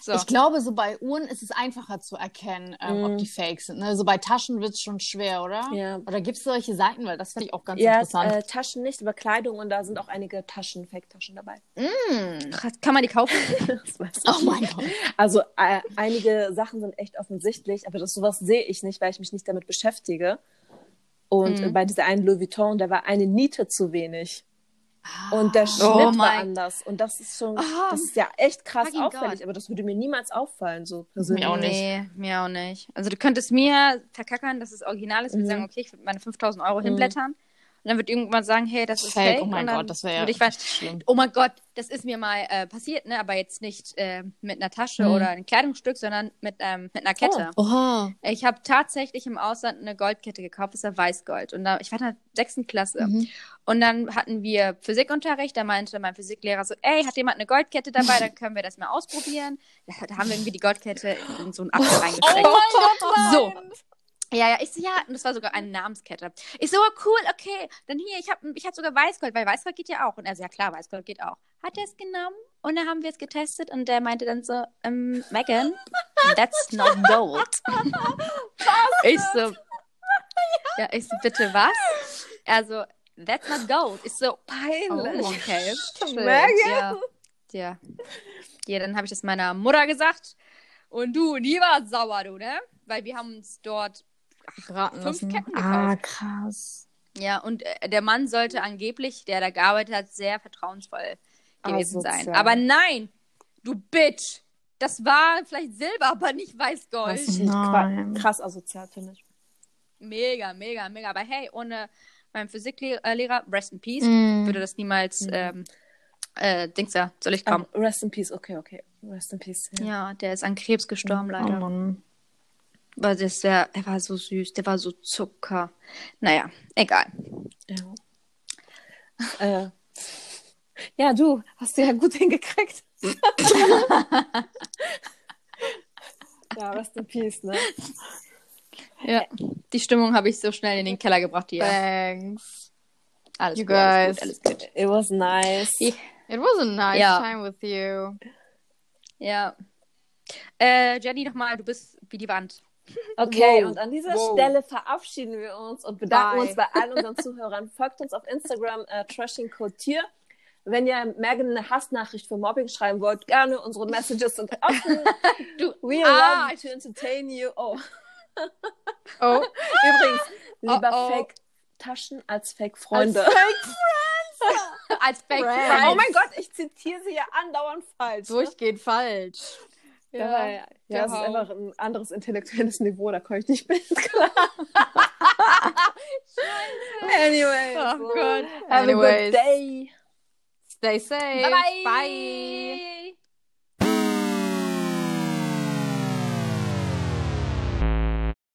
Speaker 3: So.
Speaker 4: Ich glaube, so bei Uhren ist es einfacher zu erkennen, ähm, ob die Fakes sind. Ne? So bei Taschen wird es schon schwer, oder?
Speaker 1: Ja.
Speaker 4: Oder gibt es solche Seiten, weil das finde ich auch ganz
Speaker 1: Ja,
Speaker 4: interessant.
Speaker 1: äh, Taschen nicht, aber Kleidung und da sind auch einige Taschen, Fake-Taschen dabei.
Speaker 3: Krass, Kann man die kaufen?
Speaker 1: Das weiß ich.
Speaker 4: oh mein Gott.
Speaker 1: Also äh, einige Sachen sind echt offensichtlich, aber das sowas sehe ich nicht, weil ich mich nicht damit beschäftige. Und
Speaker 3: Mhm.
Speaker 1: äh, bei dieser einen Louis Vuitton, da war eine Niete zu wenig. Und der Schnitt war
Speaker 3: Ah. Oh mein-
Speaker 1: anders. Und das ist schon,
Speaker 3: Ah.
Speaker 1: das ist ja echt krass
Speaker 3: Fucking
Speaker 1: auffällig,
Speaker 3: Gott.
Speaker 1: aber das würde mir niemals auffallen, so persönlich.
Speaker 4: Mir auch nicht.
Speaker 3: Nee, mir auch nicht. Also du könntest mir verkackern, dass es original ist und
Speaker 4: Mhm.
Speaker 3: sagen, okay, ich würde meine 5000 Euro hinblättern. Und dann wird irgendwann sagen, hey, das ist fake.
Speaker 4: Fake, Mhm. oh mein
Speaker 3: und dann
Speaker 4: Gott, das wäre ja
Speaker 3: würde ich weiß,
Speaker 4: richtig schlimm.
Speaker 3: Oh mein Gott, das ist mir mal äh, passiert, ne? aber jetzt nicht äh, mit einer Tasche
Speaker 4: Mhm.
Speaker 3: oder einem Kleidungsstück, sondern mit, ähm, mit einer
Speaker 4: Oh.
Speaker 3: Kette.
Speaker 4: Oha.
Speaker 3: Äh, Ich habe tatsächlich im Ausland eine Goldkette gekauft, das war Weißgold. Und da, ich war in der sechsten Klasse. Und dann hatten wir Physikunterricht, da meinte mein Physiklehrer so, ey, hat jemand eine Goldkette dabei, dann können wir das mal ausprobieren. Da, da haben wir irgendwie die Goldkette in so einen Apfel reingesteckt. So. Ja, ja, ich so, ja, und das war sogar eine Namenskette. Ich so, oh, cool, okay, dann hier, ich habe ich hab sogar Weißgold, weil Weißgold geht ja auch. Und er so, ja klar, Weißgold geht auch. Hat er es genommen und dann haben wir es getestet und der meinte dann so, ähm, Megan, that's not gold. ich so, Ja, ich so, bitte was? Also, that's not gold. Ich so, peinlich.
Speaker 4: Oh,
Speaker 3: okay.
Speaker 1: Megan.
Speaker 3: Ja. ja. Ja, dann habe ich das meiner Mutter gesagt. Und du, die war sauer, du, ne? Weil wir haben uns dort
Speaker 4: Geraten
Speaker 3: fünf
Speaker 4: lassen.
Speaker 3: Ketten gekauft.
Speaker 2: Ah, krass.
Speaker 3: Ja, und äh, der Mann sollte angeblich, der da gearbeitet hat, sehr vertrauensvoll gewesen
Speaker 1: Asozial.
Speaker 3: sein. Aber nein, du Bitch. Das war vielleicht Silber, aber nicht Weißgold.
Speaker 4: Was? Nein.
Speaker 1: Qua- Krass asozial, finde ich.
Speaker 3: Mega, mega, mega. Aber hey, ohne meinen Physiklehrer, rest in peace,
Speaker 4: Mhm.
Speaker 3: würde das niemals,
Speaker 1: Mhm.
Speaker 3: ähm, äh, Dings da, soll ich kommen.
Speaker 1: Um, rest in peace, okay, okay. Rest in peace. Ja.
Speaker 3: Ja, der ist an Krebs gestorben,
Speaker 4: Oh
Speaker 3: leider.
Speaker 4: Mann.
Speaker 3: Weil das, der, er war so süß, der war so Zucker. Naja, egal.
Speaker 1: Ja. äh, ja, du hast du ja gut hingekriegt. ja, rest in peace, ne?
Speaker 3: Ja. Die Stimmung habe ich so schnell in den Keller gebracht, die ja.
Speaker 4: Thanks.
Speaker 3: Alles
Speaker 4: You
Speaker 3: gut, alles
Speaker 4: guys.
Speaker 3: gut, alles gut.
Speaker 1: It was nice.
Speaker 3: Ja.
Speaker 4: It was a nice
Speaker 3: Ja.
Speaker 4: time with you.
Speaker 3: Ja. Äh, Jenny, nochmal, du bist wie die Wand.
Speaker 1: Okay,
Speaker 4: Wow.
Speaker 1: und an dieser
Speaker 4: Wow.
Speaker 1: Stelle verabschieden wir uns und bedanken
Speaker 4: Bye.
Speaker 1: uns bei allen unseren Zuhörern. Folgt uns auf Instagram äh, trashingcotier. Wenn ihr Megan eine Hassnachricht für Mobbing schreiben wollt, gerne. Unsere Messages sind offen.
Speaker 3: Du-
Speaker 1: We
Speaker 3: Ah,
Speaker 1: love to entertain you. Oh,
Speaker 4: Oh,
Speaker 1: übrigens, lieber
Speaker 3: oh.
Speaker 1: Fake-Taschen als Fake-Freunde.
Speaker 3: Als Fake
Speaker 4: Friends.
Speaker 1: Oh mein Gott, ich zitiere sie ja andauernd falsch. ne?
Speaker 4: durchgehend falsch.
Speaker 1: Ja, ja, ja, das ist
Speaker 3: genau.
Speaker 1: einfach ein anderes intellektuelles Niveau, da komme ich nicht mit klar. anyway.
Speaker 3: Oh Gott.
Speaker 1: Have a
Speaker 4: Anyways.
Speaker 1: good day.
Speaker 4: Stay safe.
Speaker 3: Bye.
Speaker 4: Bye.
Speaker 3: Bye.